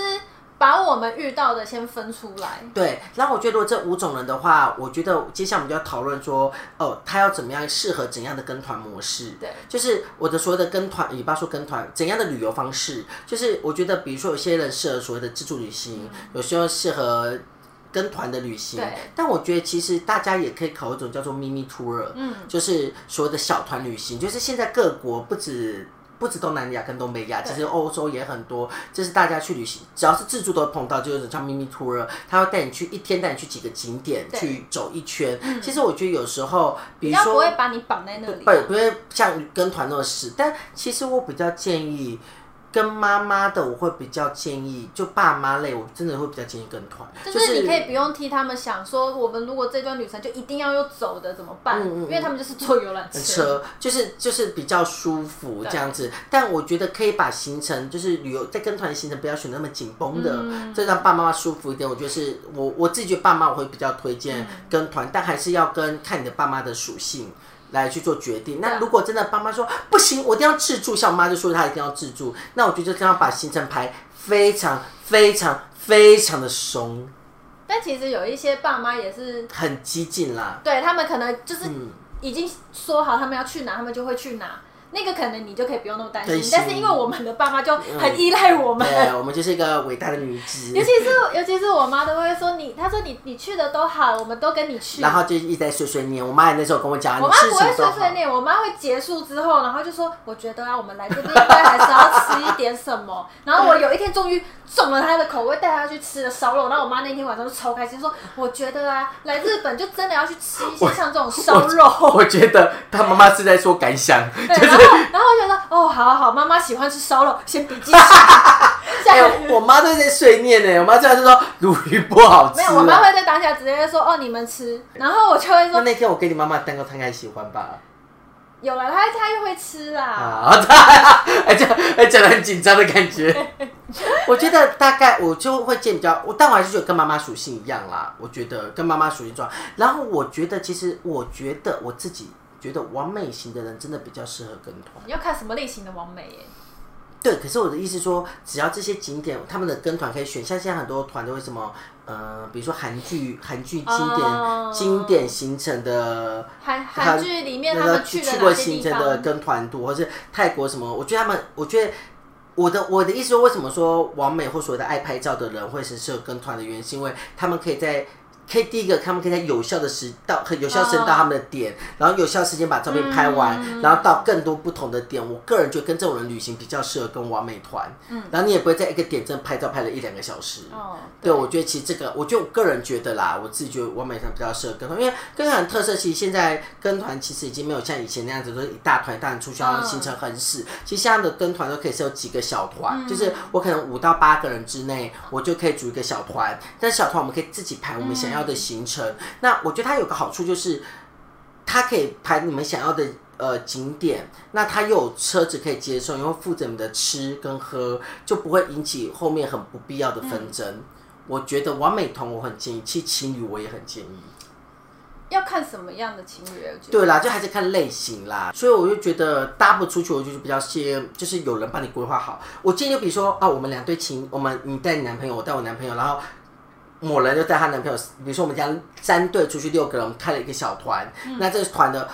S1: 把我们遇到的先分出来。
S2: 对，然后我觉得如果这五种人的话，我觉得接下来我们就要讨论说，哦，他要怎么样适合怎样的跟团模式？
S1: 对，
S2: 就是我的所谓的跟团，也不要说跟团，怎样的旅游方式？就是我觉得，比如说有些人适合所谓的自助旅行，有些人适合。跟团的旅行
S1: 对，
S2: 但我觉得其实大家也可以考一种叫做秘密 tour，
S1: 嗯，
S2: 就是所谓的小团旅行，就是现在各国不止不止东南亚跟东北亚，其实欧洲也很多，这是大家去旅行，只要是自助都会碰到，就是叫秘密 tour，他会带你去一天，带你去几个景点
S1: 对嗯
S2: 去走一圈。其实我觉得有时候，比
S1: 比
S2: 如
S1: 较不
S2: 说
S1: 会把你绑在那里。啊
S2: 不不会像跟团那种事，但其实我比较建议。跟妈妈的，我会比较建议，就爸妈类，我真的会比较建议跟团，
S1: 就是你可以不用替他们想，说我们如果这段旅程就一定要用走的怎么
S2: 嗯
S1: 办？因为他们就是坐游览车，
S2: 车，就是就是比较舒服这样子。但我觉得可以把行程，就是旅游在跟团的行程不要选那么紧绷的，这、让爸妈舒服一点。我觉得是我我自己觉得爸妈我会比较推荐跟团，但还是要跟看你的爸妈的属性。来去做决定。那如果真的爸妈说不行，我一定要自助，像我妈就说她一定要自助，那我觉得就这样把行程排非常非常非常的松，
S1: 但其实有一些爸妈也是，
S2: 很激进 啦。
S1: 对他们可能就是
S2: 嗯
S1: 已经说好他们要去哪，他们就会去哪。那个可能你就可以不用那么担
S2: 担
S1: 心
S2: 心，嗯
S1: 但是因为我们的爸妈就很依赖我们，
S2: 对，我们就是一个伟大的女子。
S1: 尤其是尤其是我妈都会说你，她说你你去的都好，我们都跟你去。
S2: 然后就一直在碎碎念。我妈也那时候跟我讲，
S1: 我
S2: 啊你吃
S1: 妈不
S2: 什
S1: 会
S2: 么都
S1: 碎
S2: 好。
S1: 碎念，我妈会结束之后，然后就说：“我觉得啊，我们来这边应该还是要吃一点什 么。”然后我有一天终于中了她的口味，带她去吃了烧肉。然后我妈那天晚上就超开心，说：“我觉得啊，来日本就真的要去吃一些像这种烧肉。
S2: 我我觉得他妈妈是在说感想，”
S1: 对，
S2: 就是
S1: 然后然后我就说：“哦，好好好，妈妈喜欢吃烧肉，先笔记起来。”下
S2: 哎、
S1: 来
S2: 我妈都在碎念呢。我妈这样就说鲈鱼不好吃
S1: 没
S2: 啊。
S1: 有，我妈会在当下直接说：“哦，你们吃。”然后我就会
S2: 那
S1: 说
S2: 那天我给你妈妈蛋糕，她应该喜欢吧？：“
S1: 有了，她她又会吃啦。
S2: 啊， 她哎讲哎讲的很紧张的感觉。 我觉得大概我就会见比较，我但我还是觉得跟妈妈属性一样啦。我觉得跟妈妈属性状，然后我觉得其实我觉得我自己觉得完美型的人真的比较适合跟团。”
S1: 要看什么类型的完美耶、
S2: 对，可是我的意思说，只要这些景点他们的跟团可以选，像现在很多团都会什么，呃，比如说韩剧、韩剧经典、
S1: 哦
S2: 经典行程的
S1: 韩韩剧里面他
S2: 那
S1: 们
S2: 个去
S1: 了
S2: 过
S1: 哪些
S2: 行
S1: 地
S2: 程的
S1: 方？
S2: 跟团度，或是泰国什么，我觉得他们，我觉得我的我的意思说，为什么说完美或所谓的爱拍照的人会是适合跟团的原因，是因为他们可以在可以第一个，他们可以在有效的时到很有效时间到他们的点，然后有效时间把照片拍完，
S1: 哦嗯
S2: 然后到更多不同的点。我个人觉得跟这种人旅行比较适合跟完美团，
S1: 嗯
S2: 然后你也不会在一个点真的拍照拍了一两个小时。
S1: 哦，
S2: 对，我觉得其实这个，我就个人觉得啦，我自己觉得完美团比较适合跟团，因为跟团的特色其实现在跟团其实已经没有像以前那样子，都是一大团一大团出去，然后
S1: 嗯
S2: 行程很死。其实现在的跟团都可以是有几个小团，
S1: 嗯
S2: 就是我可能五到八个人之内，我就可以组一个小团。但是小团我们可以自己排我们想要的行程。那我觉得它有个好处就是，它可以排你们想要的呃景点，那它又有车子可以接送，然后负责你们的吃跟喝，就不会引起后面很不必要的纷争。我觉得完美团我很建议，其实情侣我也很建议。
S1: 要看什么样的情侣，我觉得。
S2: 对啦，就还是看类型啦。所以我就觉得搭不出去，我就是比较先，就是有人帮你规划好。我建议，就比如说啊，我们两对情，我们你带你男朋友，我带我男朋友，然后某人就带她男朋友。比如说我们家三队出去六个人，我们开了一个小团，
S1: 嗯
S2: 那这个团的。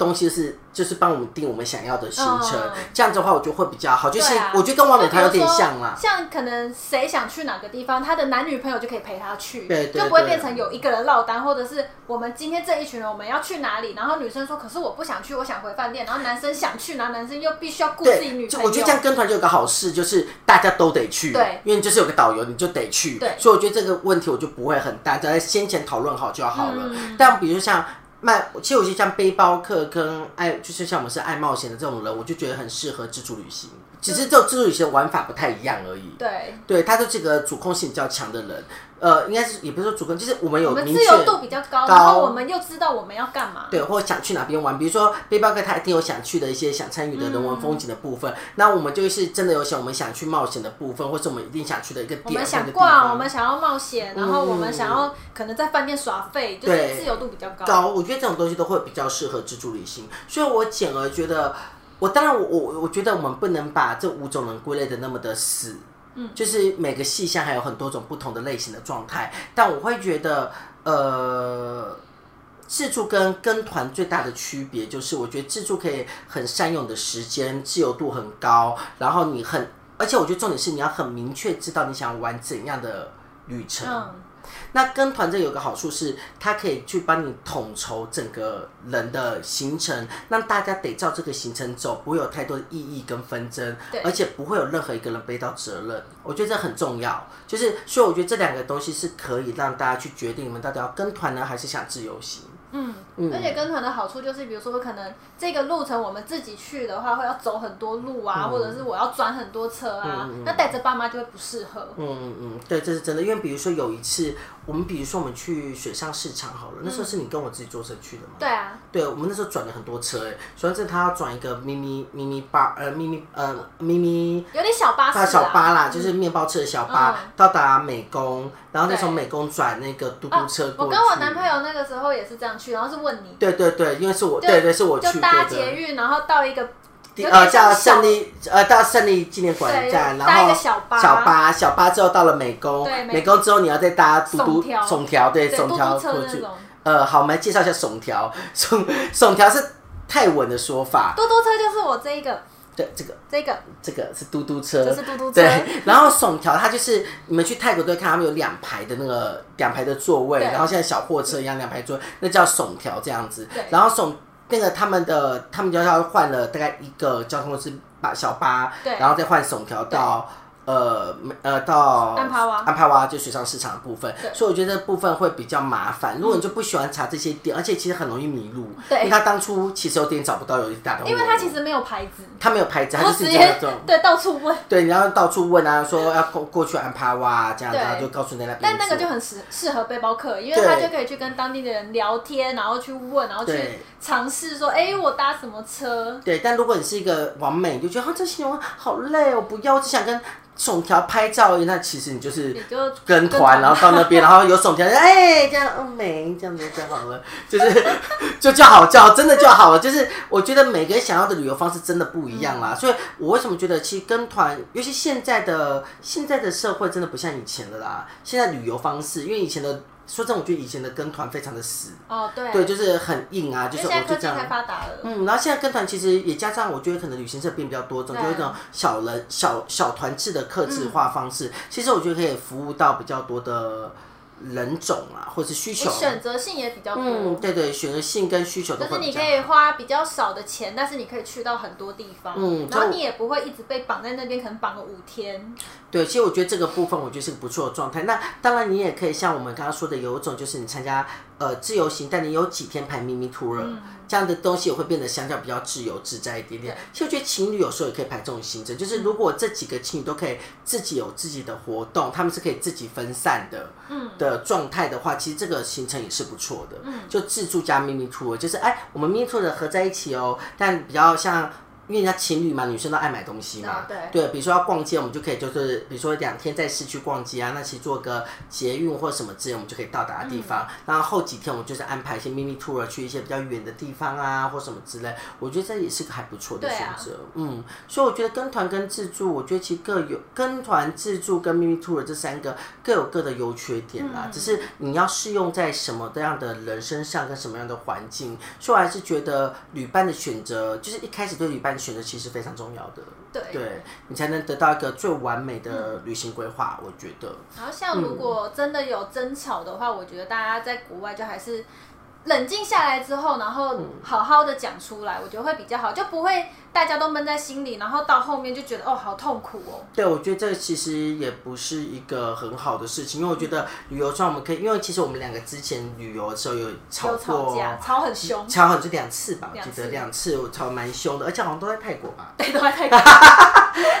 S2: 东西是就是帮我们定我们想要的行程，
S1: 嗯
S2: 这样子的话我觉得会比较好，就是、
S1: 对啊
S2: 我觉得跟完美团有点
S1: 就比如说
S2: 像啦。
S1: 像可能谁想去哪个地方，他的男女朋友就可以陪他去，
S2: 对对
S1: 就不会
S2: 对
S1: 变成有一个人落单，或者是我们今天这一群人我们要去哪里，然后女生说可是我不想去，我想回饭店，然后男生想去，然后男生又必须要顾自己
S2: 对，
S1: 女
S2: 就
S1: 朋友，
S2: 我觉得这样跟团就有个好事，就是大家都得去，
S1: 对
S2: 因为你就是有个导游，你就得去，
S1: 对
S2: 所以我觉得这个问题我就不会很大，只要在先前讨论好就好了。
S1: 嗯
S2: 但比如像。卖，其实我觉得像背包客跟爱，就是像我们是爱冒险的这种人，我就觉得很适合自助旅行。只是这种自助旅行的玩法不太一样而已。
S1: 对，
S2: 对，他就是个主控性比较强的人。呃，应该是也不是说主控，就是我们有
S1: 我们
S2: 明
S1: 自
S2: 确
S1: 由度比较
S2: 高
S1: 高，然后我们又知道我们要干嘛，
S2: 对，或想去哪边玩，比如说背包客他一定有想去的一些想参与的人文风景的部
S1: 嗯
S2: 分，那我们就是真的有想我们想去冒险的部分，或是我们一定想去的一个点，
S1: 我们
S2: 或
S1: 想
S2: 者地方嗯
S1: 逛，我们想要冒险，然后我们想要可能在饭店耍废，就是
S2: 对
S1: 自由度比较高，
S2: 高，我觉得这种东西都会比较适合自助旅行，所以我简而觉得，我当然我我我觉得我们不能把这五种人归类的那么的死，
S1: 嗯，
S2: 就是每个细项还有很多种不同的类型的状态，但我会觉得，呃。自助跟跟团最大的区别就是，我觉得自助可以很善用你的时间，自由度很高，然后你很，而且我觉得重点是你要很明确知道你想玩怎样的旅程，
S1: 嗯，
S2: 那跟团这有个好处是，它可以去帮你统筹整个人的行程，让大家得照这个行程走，不会有太多的异议跟纷争
S1: 对，
S2: 而且不会有任何一个人背到责任。我觉得这很重要，就是所以我觉得这两个东西是可以让大家去决定你们到底要跟团呢，还是想自由行。
S1: 嗯，
S2: 嗯
S1: 而且跟团的好处就是，比如说可能这个路程我们自己去的话，会要走很多路啊，
S2: 嗯
S1: 或者是我要转很多车啊，那带着爸妈就会不适合。
S2: 嗯嗯嗯，对，这是真的。因为比如说有一次，我们比如说我们去水上市场好了，那时候是你跟我自己坐车去的吗？
S1: 对啊，
S2: 对，我们那时候转了很多车哎，首先是他要转一个咪咪咪咪巴呃咪咪呃咪咪
S1: 有点小巴士
S2: 大
S1: 啊，
S2: 小巴啦，就是面包车的小巴，
S1: 嗯
S2: 到达美工，然后再从
S1: 对
S2: 美工转那个嘟嘟
S1: 啊
S2: 车过
S1: 我
S2: 去。
S1: 跟我男朋友那个时候也是这样去，然后是问你，
S2: 对对对，因为是我，对对是我去
S1: 就
S2: 过
S1: 搭
S2: 的
S1: 捷运，然后到一个
S2: 第。
S1: 有
S2: 呃，
S1: 点像
S2: 到
S1: 小
S2: 胜利呃到胜利纪念馆
S1: 对
S2: 站，然
S1: 搭一
S2: 后
S1: 个小巴
S2: 小巴小巴之后到了美工
S1: 对，美
S2: 美工之后你要再搭嘟嘟
S1: 耸条
S2: 耸条，对
S1: 对
S2: 耸
S1: 嘟
S2: 条
S1: 嘟车
S2: 过
S1: 那
S2: 去。
S1: 种，
S2: 呃，好，我们来介绍一下耸条，耸耸条是泰文的说法，
S1: 嘟嘟车就是我这一个
S2: 对这个。
S1: 这个，
S2: 这个是嘟嘟车，
S1: 就是嘟嘟车
S2: 对，然后耸条它就是你们去泰国都会看他们有两排的那个两排的座位，
S1: 对
S2: 然后像小货车一样两排座位，那叫耸条这样子
S1: 对。
S2: 然后耸那个他们的他们就要换了大概一个交通公司把小巴，
S1: 对
S2: 然后再换耸条到。呃呃，到
S1: 安帕瓦
S2: 安帕瓦就水上市场的部分
S1: 对，嗯
S2: 所以我觉得这部分会比较麻烦。如果你就不喜欢查这些点，而且其实很容易迷路，
S1: 对
S2: 因为他当初其实有点找不到，有点打通我。
S1: 因为它其实没有牌子，
S2: 他没有牌子，他
S1: 我
S2: 就是
S1: 直
S2: 这样
S1: 接
S2: 走。
S1: 对到处问，
S2: 对，你要到处问啊，说要过过去安帕哇这样子啊，然后
S1: 对
S2: 就告诉你那边。
S1: 但那个就很适适合背包客，因为他
S2: 对
S1: 就可以去跟当地的人聊天，然后去问，然后去
S2: 对
S1: 尝试说，哎、我搭什么车？
S2: 对，但如果你是一个完美，你就觉得啊这形容好累，哦我不要，我只想跟耸条拍照而已。那其实你就是
S1: 你就
S2: 跟团，啊然后到那边，然后有耸条，哎，这样哦美，这样子就好了，就是 就就好叫，真的就好了。就是我觉得每个人想要的旅游方式真的不一样
S1: 嗯
S2: 啦，所以我为什么觉得其实跟团，尤其现在的现在的社会真的不像以前了啦。现在旅游方式，因为以前的说真的，我觉得以前的跟团非常的死，
S1: 哦，对，
S2: 对，就是很硬啊，就
S1: 因
S2: 是
S1: 为现
S2: 我
S1: 在科
S2: 就
S1: 技
S2: 这样
S1: 太。发达了，
S2: 嗯，然后现在跟团其实也加上，我觉得可能旅行社变比较多种，
S1: 对
S2: 就有一种小人
S1: 嗯
S2: 小小团制的客制化方式。其实我觉得可以服务到比较多的人种啊，或是需
S1: 你
S2: 求。
S1: 选择性也比较多。
S2: 嗯，对对，选择性跟需求都
S1: 就是
S2: 会比
S1: 你
S2: 较
S1: 可。以花比较少的钱，但是你可以去到很多地方，
S2: 嗯
S1: 然后
S2: 就
S1: 你也不会一直被绑在那边，可能绑个五天。
S2: 对，其实我觉得这个部分我觉得是个不错的状态。那当然，你也可以像我们刚刚说的，有一种就是你参加呃自由行，但你有几天排咪咪 tour，、这样的东西也会变得相较比较自由自在一点点。其实我觉得情侣有时候也可以排这种行程，就是如果这几个情侣都可以自己有自己的活动，他们是可以自己分散的，嗯的状态的话，其实这个行程也是不错的。嗯，就自助加咪咪 tour，就是哎，我们咪咪 tour 的合在一起哦，但比较像。因为人家情侣嘛，女生都爱买东西嘛
S1: 啊，对
S2: 对，比如说要逛街，我们就可以就是，比如说两天在市区逛街啊，那其实坐个捷运或什么之类，我们就可以到达的地
S1: 嗯
S2: 方。然后后几天我们就是安排一些 mini tour 去一些比较远的地方啊，或什么之类。我觉得这也是个还不错的
S1: 对
S2: 选
S1: 啊
S2: 择。嗯，所以我觉得跟团跟自助，我觉得其实各有跟团、自助跟 mini tour 这三个各有各的优缺点
S1: 嗯
S2: 啦，只是你要适用在什么样的人身上跟什么样的环境。所以我还是觉得旅伴的选择，就是一开始对旅伴的选择其实非常重要的。
S1: 对，
S2: 对你才能得到一个最完美的旅行规划。
S1: 嗯
S2: 我觉得，
S1: 然后像如果真的有争吵的话，我觉得大家在国外就还是冷静下来之后，然后好好的讲出来，我觉得会比较好，就不会大家都闷在心里，然后到后面就觉得哦好痛苦哦。
S2: 对我觉得这个其实也不是一个很好的事情，因为我觉得旅游上我们可以，因为其实我们两个之前旅游的时候有吵
S1: 有吵
S2: 过，
S1: 架，吵很凶，
S2: 吵很就两次吧，我
S1: 两
S2: 记
S1: 次
S2: 得两次我吵蛮凶的，而且好像都在泰国吧。
S1: 对，都在 太过。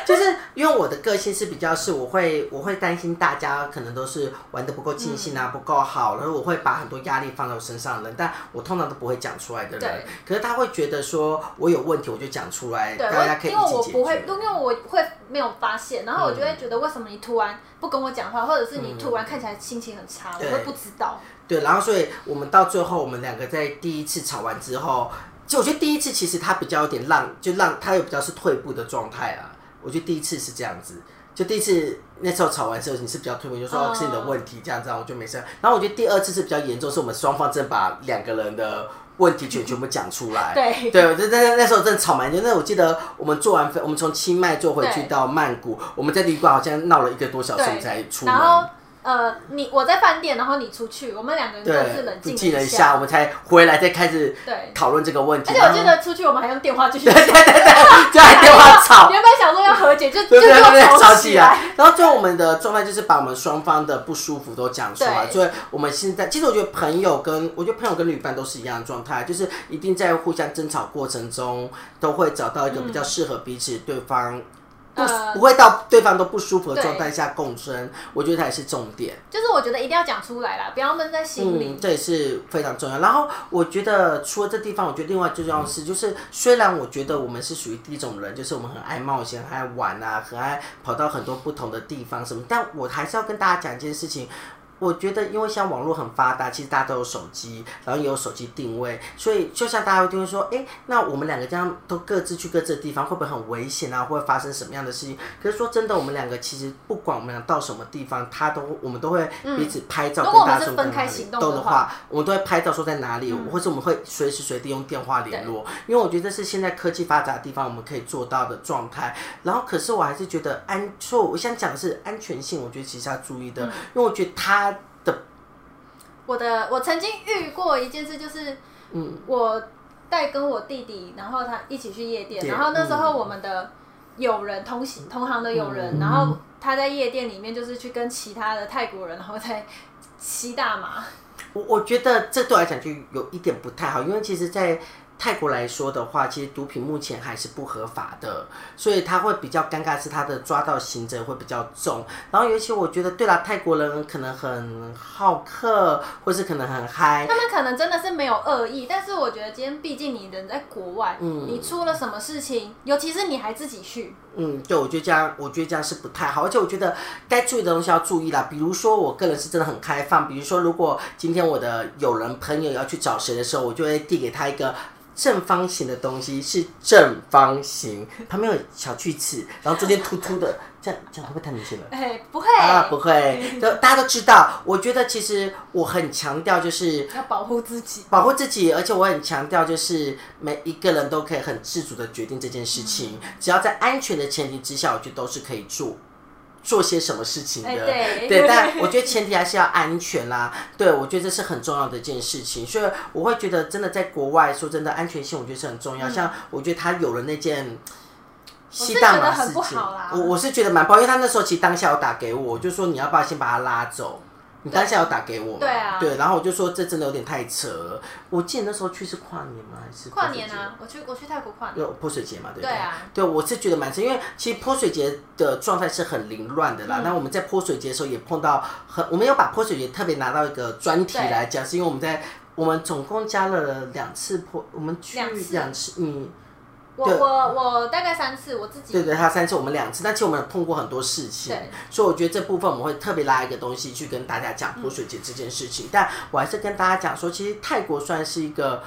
S2: 就是因为我的个性是比较是，我会我会担心大家可能都是玩的不够尽兴啊，
S1: 嗯
S2: 不够好，然后我会把很多压力放在我身上的人，但我通常都不会讲出来的人
S1: 对。
S2: 可是他会觉得说我有问题，我就讲出来，
S1: 对，
S2: 大家可
S1: 我
S2: 以
S1: 因为
S2: 一
S1: 我
S2: 起
S1: 不
S2: 解
S1: 会，
S2: 决嗯
S1: 因。为我会没有发现，然后我就会觉得为什么你突然不跟我讲话，或者是你突然看起来心情很差，我
S2: 对
S1: 会不知道。
S2: 对，然后所以我们到最后，我们两个在第一次吵完之后，就我觉得第一次其实他比较有点让，就让他有比较是退步的状态啦。我觉得第一次是这样子，就第一次那时候吵完之后，你是比较退步，你就说、
S1: 哦
S2: 是你的问题这样子，然后我就没事。然后我觉得第二次是比较严重，是我们双方真的把两个人的问题全全部讲出来。
S1: 对
S2: 哎对，我就在那那时候真的吵蛮久。那我记得我们坐完飞，我们从清迈坐回去
S1: 对
S2: 到曼谷，我们在旅馆好像闹了一个多小时我们才出门。
S1: 然后呃，你我在饭店，然后你出去，我们两个人各
S2: 对，
S1: 自冷
S2: 不
S1: 静
S2: 了
S1: 一
S2: 一下，我。们才回来再开始
S1: 对
S2: 讨论这个问题。
S1: 而且我记
S2: 然后，
S1: 得出去我们还用电话继 续
S2: 对对对对，就还电话吵，
S1: 原本想说要和解，就就
S2: 对对
S1: 又
S2: 对，吵
S1: 吵
S2: 起来
S1: 来。。
S2: 然后最后我们的状态就是把我们双方的不舒服都讲出来，
S1: 对
S2: 所以我们现在其实我觉得朋友跟我觉得朋友跟旅伴都是一样的状态，就是一定在互相争吵过程中都会找到一个比较适合彼此对方。不
S1: 呃
S2: 不会到对方都不舒服的
S1: 对
S2: 状态下共生，我觉得才是重点。
S1: 就是我觉得一定要讲出来啦，不要闷在心
S2: 嗯
S1: 里，。
S2: 这也是非常重要。然后我觉得除了这地方，我觉得另外最重要的是，就是虽然我觉得我们是属于第一种人，就是我们很爱冒险、很爱玩啊，很爱跑到很多不同的地方什么，但我还是要跟大家讲一件事情。我觉得，因为像网络很发达，其实大家都有手机，然后也有手机定位，所以就像大家会定位说，哎，那我们两个这样都各自去各自的地方，会不会很危险啊？会发生什么样的事情？可是说真的，我们两个其实不管我们俩到什么地方，他都我们都会彼此拍照，
S1: 如
S2: 跟
S1: 果我
S2: 大
S1: 们
S2: 家
S1: 是
S2: 说
S1: 分
S2: 在哪
S1: 开
S2: 里
S1: 行动
S2: 都
S1: 的
S2: 的
S1: 话
S2: 话，啊我们都会拍照说在哪里，或者我们会随时随地用电话联络，因为我觉得这是现在科技发达的地方我们可以做到的状态。然后，可是我还是觉得安，所以我想讲的是安全性，我觉得其实要注意的，因为我觉得他的
S1: 我的我曾经遇过一件事，就是
S2: 嗯
S1: 我带跟我弟弟，然后他一起去夜店，
S2: 对
S1: 然后那时候我们的友人同
S2: 嗯
S1: 行同行的友人，然后他在夜店里面就是去跟其他的泰国人，然后在吸大麻，
S2: 我我觉得这对我来讲就有一点不太好，因为其实，在泰国来说的话，其实毒品目前还是不合法的，所以他会比较尴尬，是他的抓到刑责会比较重。然后，尤其我觉得，对啦，泰国人可能很好客，或是可能很嗨，
S1: 他们可能真的是没有恶意，但是我觉得今天毕竟你人在国外，你出了什么事情，尤其是你还自己去，
S2: 嗯，对，我觉得这样，我觉得这样是不太好，而且我觉得该注意的东西要注意啦。比如说，我个人是真的很开放，比如说，如果今天我的友人朋友要去找谁的时候，我就会递给他一个正方形的东西，是正方形，旁边有小锯齿，然后中间突突的，这样这样会不会太明显了？
S1: 哎、不会，
S2: 啊，不会，都大家都知道。我觉得其实我很强调就是
S1: 要保护 自己。
S2: 保护自己，而且我很强调，就是每一个人都可以
S1: 嗯
S2: 很自主的决定这件事情，只要在安全的前提之下，我觉得都是可以做做些什么事情的。
S1: 哎 对
S2: 对， 但我觉得前提还是要安全啦。对，我觉得这是很重要的一件事情，所以我会觉得真的在国外，说真的，安全性我觉得是很重要。像我觉得他有了那件。吸大麻事
S1: 嗯我是觉得很不
S2: 情
S1: 好啦，
S2: 我我是觉得蛮不好，因为他那时候其实当下有打给我，我就说你要不要先把他拉走？你当下有打给我嘛
S1: 对啊
S2: 对，然后我就说这真的有点太扯了。我记得那时候去是跨年吗？还是
S1: 跨年
S2: 泼水节
S1: 啊，我去我去泰国跨年，
S2: 有泼水节嘛，对不
S1: 对啊
S2: 对，我是觉得蛮深，因为其实泼水节的状态是很凌乱的
S1: 嗯
S2: 啦。那、我们在泼水节的时候也碰到很，我们有把泼水节特别拿到一个专题
S1: 对
S2: 来讲，是因为我们在我们总共加了两次泼，我们去
S1: 两次
S2: 两次，嗯，
S1: 我
S2: 对
S1: 我我大概三次，我自己
S2: 对对，他三次，我们两次，但其实我们有碰过很多事情
S1: 对，
S2: 所以我觉得这部分我们会特别拉一个东西去跟大家讲泼水节这件事情。但我还是跟大家讲说，其实泰国算是一个，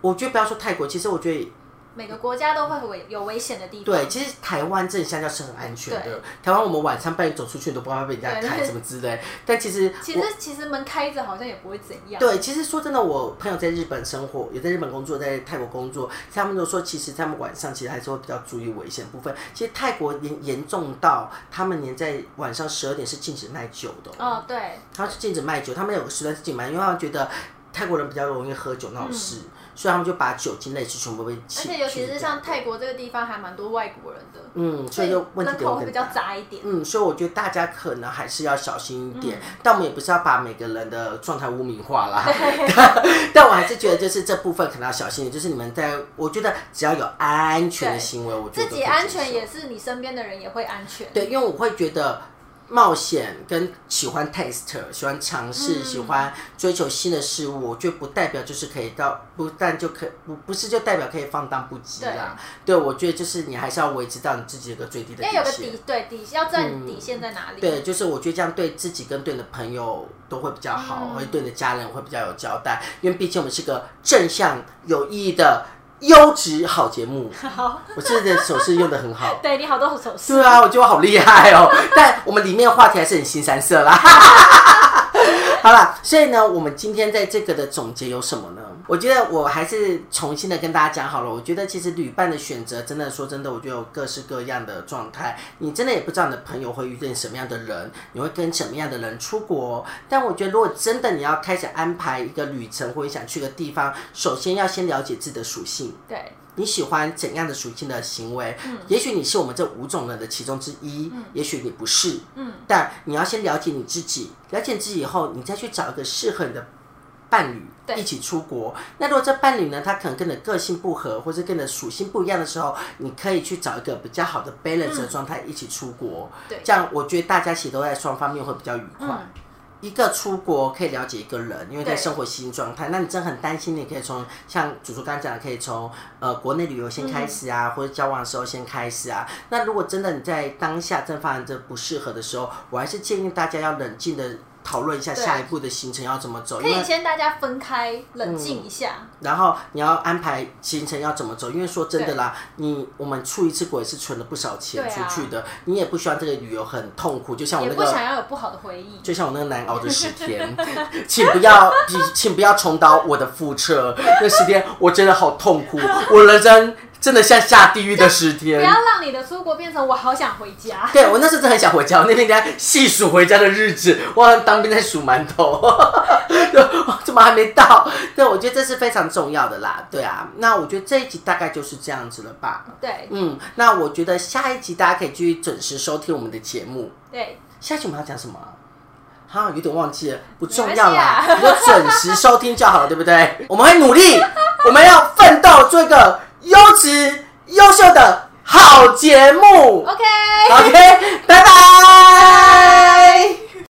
S2: 我觉得不要说泰国，其实我觉得
S1: 每个国家都会危有危险的地方，
S2: 对，其实台湾这里相较是很安全
S1: 对
S2: 的。台湾我们晚上半夜走出去都不怕被人家
S1: 对
S2: 看
S1: 对
S2: 什么之类，但其实
S1: 其
S2: 我
S1: 实其实门开着好像也不会怎样，
S2: 对，其实说真的，我朋友在日本生活，也在日本工作，在泰国工作，他们都说，其实他们晚上其实还是会比较注意危险部分。其实泰国严严重到他们连在晚上十二点是禁止卖酒的哦、
S1: 哦对，
S2: 他是禁止卖酒，他们有个时段是禁止卖，因为他们觉得泰国人比较容易喝酒闹事，所以他们就把酒精类似全部被
S1: 嗯而
S2: 禁。
S1: 且尤其是
S2: 禁
S1: 像
S2: 掉
S1: 泰国这个地方还蛮多外国人的，
S2: 嗯，所以就问题
S1: 人
S2: 点会
S1: 口会
S2: 更
S1: 比较
S2: 大
S1: 杂一点，
S2: 嗯，所以我觉得大家可能还是要小心一
S1: 嗯
S2: 点，但我们也不是要把每个人的状态污名化啦。 但我还是觉得，就是这部分可能要小心一点，就是你们在，我觉得只要有安全的
S1: 对
S2: 行为，我觉得
S1: 自
S2: 都
S1: 己
S2: 可以
S1: 安
S2: 接
S1: 全
S2: 受
S1: 也是你身边的人也会安全，
S2: 对，因为我会觉得冒险跟喜欢 test、喜欢尝试、
S1: 嗯
S2: 喜欢追求新的事物，我觉得不代表就是可以到，不但就可不不是就代表可以放荡不羁啦。对，我觉得就是你还是要维持到你自己一个最低的
S1: 要有个
S2: 底线嗯
S1: 底，对底，要知道你底线在哪里，
S2: 对，就是我觉得这样对自己跟对你的朋友都会比较
S1: 嗯
S2: 好，会对你的家人会比较有交代，因为毕竟我们是个正向、有意义的优质好节目。
S1: 好，
S2: 我这个手势用的很好。
S1: 对你好多手势，
S2: 对啊，我觉得我好厉害哦！ 但我们里面的话题还是很新三色啦。 好了，所以呢，我们今天在这个的总结有什么呢？我觉得我还是重新的跟大家讲好了。我觉得其实旅伴的选择，真的说真的，我觉得有各式各样的状态。你真的也不知道你的朋友会遇见什么样的人，你会跟什么样的人出国。但我觉得，如果真的你要开始安排一个旅程，或者想去个地方，首先要先了解自己的属性。
S1: 对
S2: 你喜欢怎样的属性的行为？
S1: 嗯
S2: 也许你是我们这五种人的其中之一，也许你不是。
S1: 嗯，
S2: 但你要先了解你自己，了解自己以后，你再去找一个适合你的伴侣。
S1: 对
S2: 一起出国。那如果这伴侣呢，他可能跟你的个性不合，或者跟你的属性不一样的时候，你可以去找一个比较好的 balance 的状态一起出国。
S1: 对
S2: 这样我觉得大家其实都在双方面会比较愉快。
S1: 嗯
S2: 一个出国可以了解一个人，因为在
S1: 对
S2: 生活新状态。那你真的很担心，你可以从像主厨刚刚讲的，可以从呃国内旅游先开始
S1: 嗯
S2: 啊，或者交往的时候先开始啊。那如果真的你在当下正发生这不适合的时候，我还是建议大家要冷静的讨论一下
S1: 对
S2: 下一步的行程要怎么走，
S1: 可
S2: 因为
S1: 以先大家分开冷静一下，
S2: 然后你要安排行程要怎么走，因为说真的啦，你我们出一次国也是存了不少钱
S1: 对
S2: 出
S1: 啊
S2: 去的，你也不希望这个旅游很痛苦，就像我
S1: 也
S2: 那
S1: 不
S2: 个
S1: 想要有不好的回忆，
S2: 就像我那个难熬的十天， 请不要，请请不要重蹈我的覆辙。那十天我真的好痛 苦，我人生真的像下地狱的十
S1: 不
S2: 天
S1: 要。让你的出国变成我好想回家。
S2: 对我那时候真的很想回家，我那天在细数回家的日子，我好像当兵在数馒头， 对哇怎么还没到？对，我觉得这是非常重要的啦。对啊，那我觉得这一集大概就是这样子了吧。
S1: 对
S2: 嗯，那我觉得下一集大家可以继续准时收听我们的节目。
S1: 对，
S2: 下一集我们要讲什么啊？哈，有点忘记了，不重
S1: 没
S2: 要
S1: 关系
S2: 啦
S1: 啊，
S2: 你就准时收听就好了，对不对？ 我们会努力，我们要奋斗，做一个优质、优秀的好节目。
S1: OK。
S2: OK，拜拜。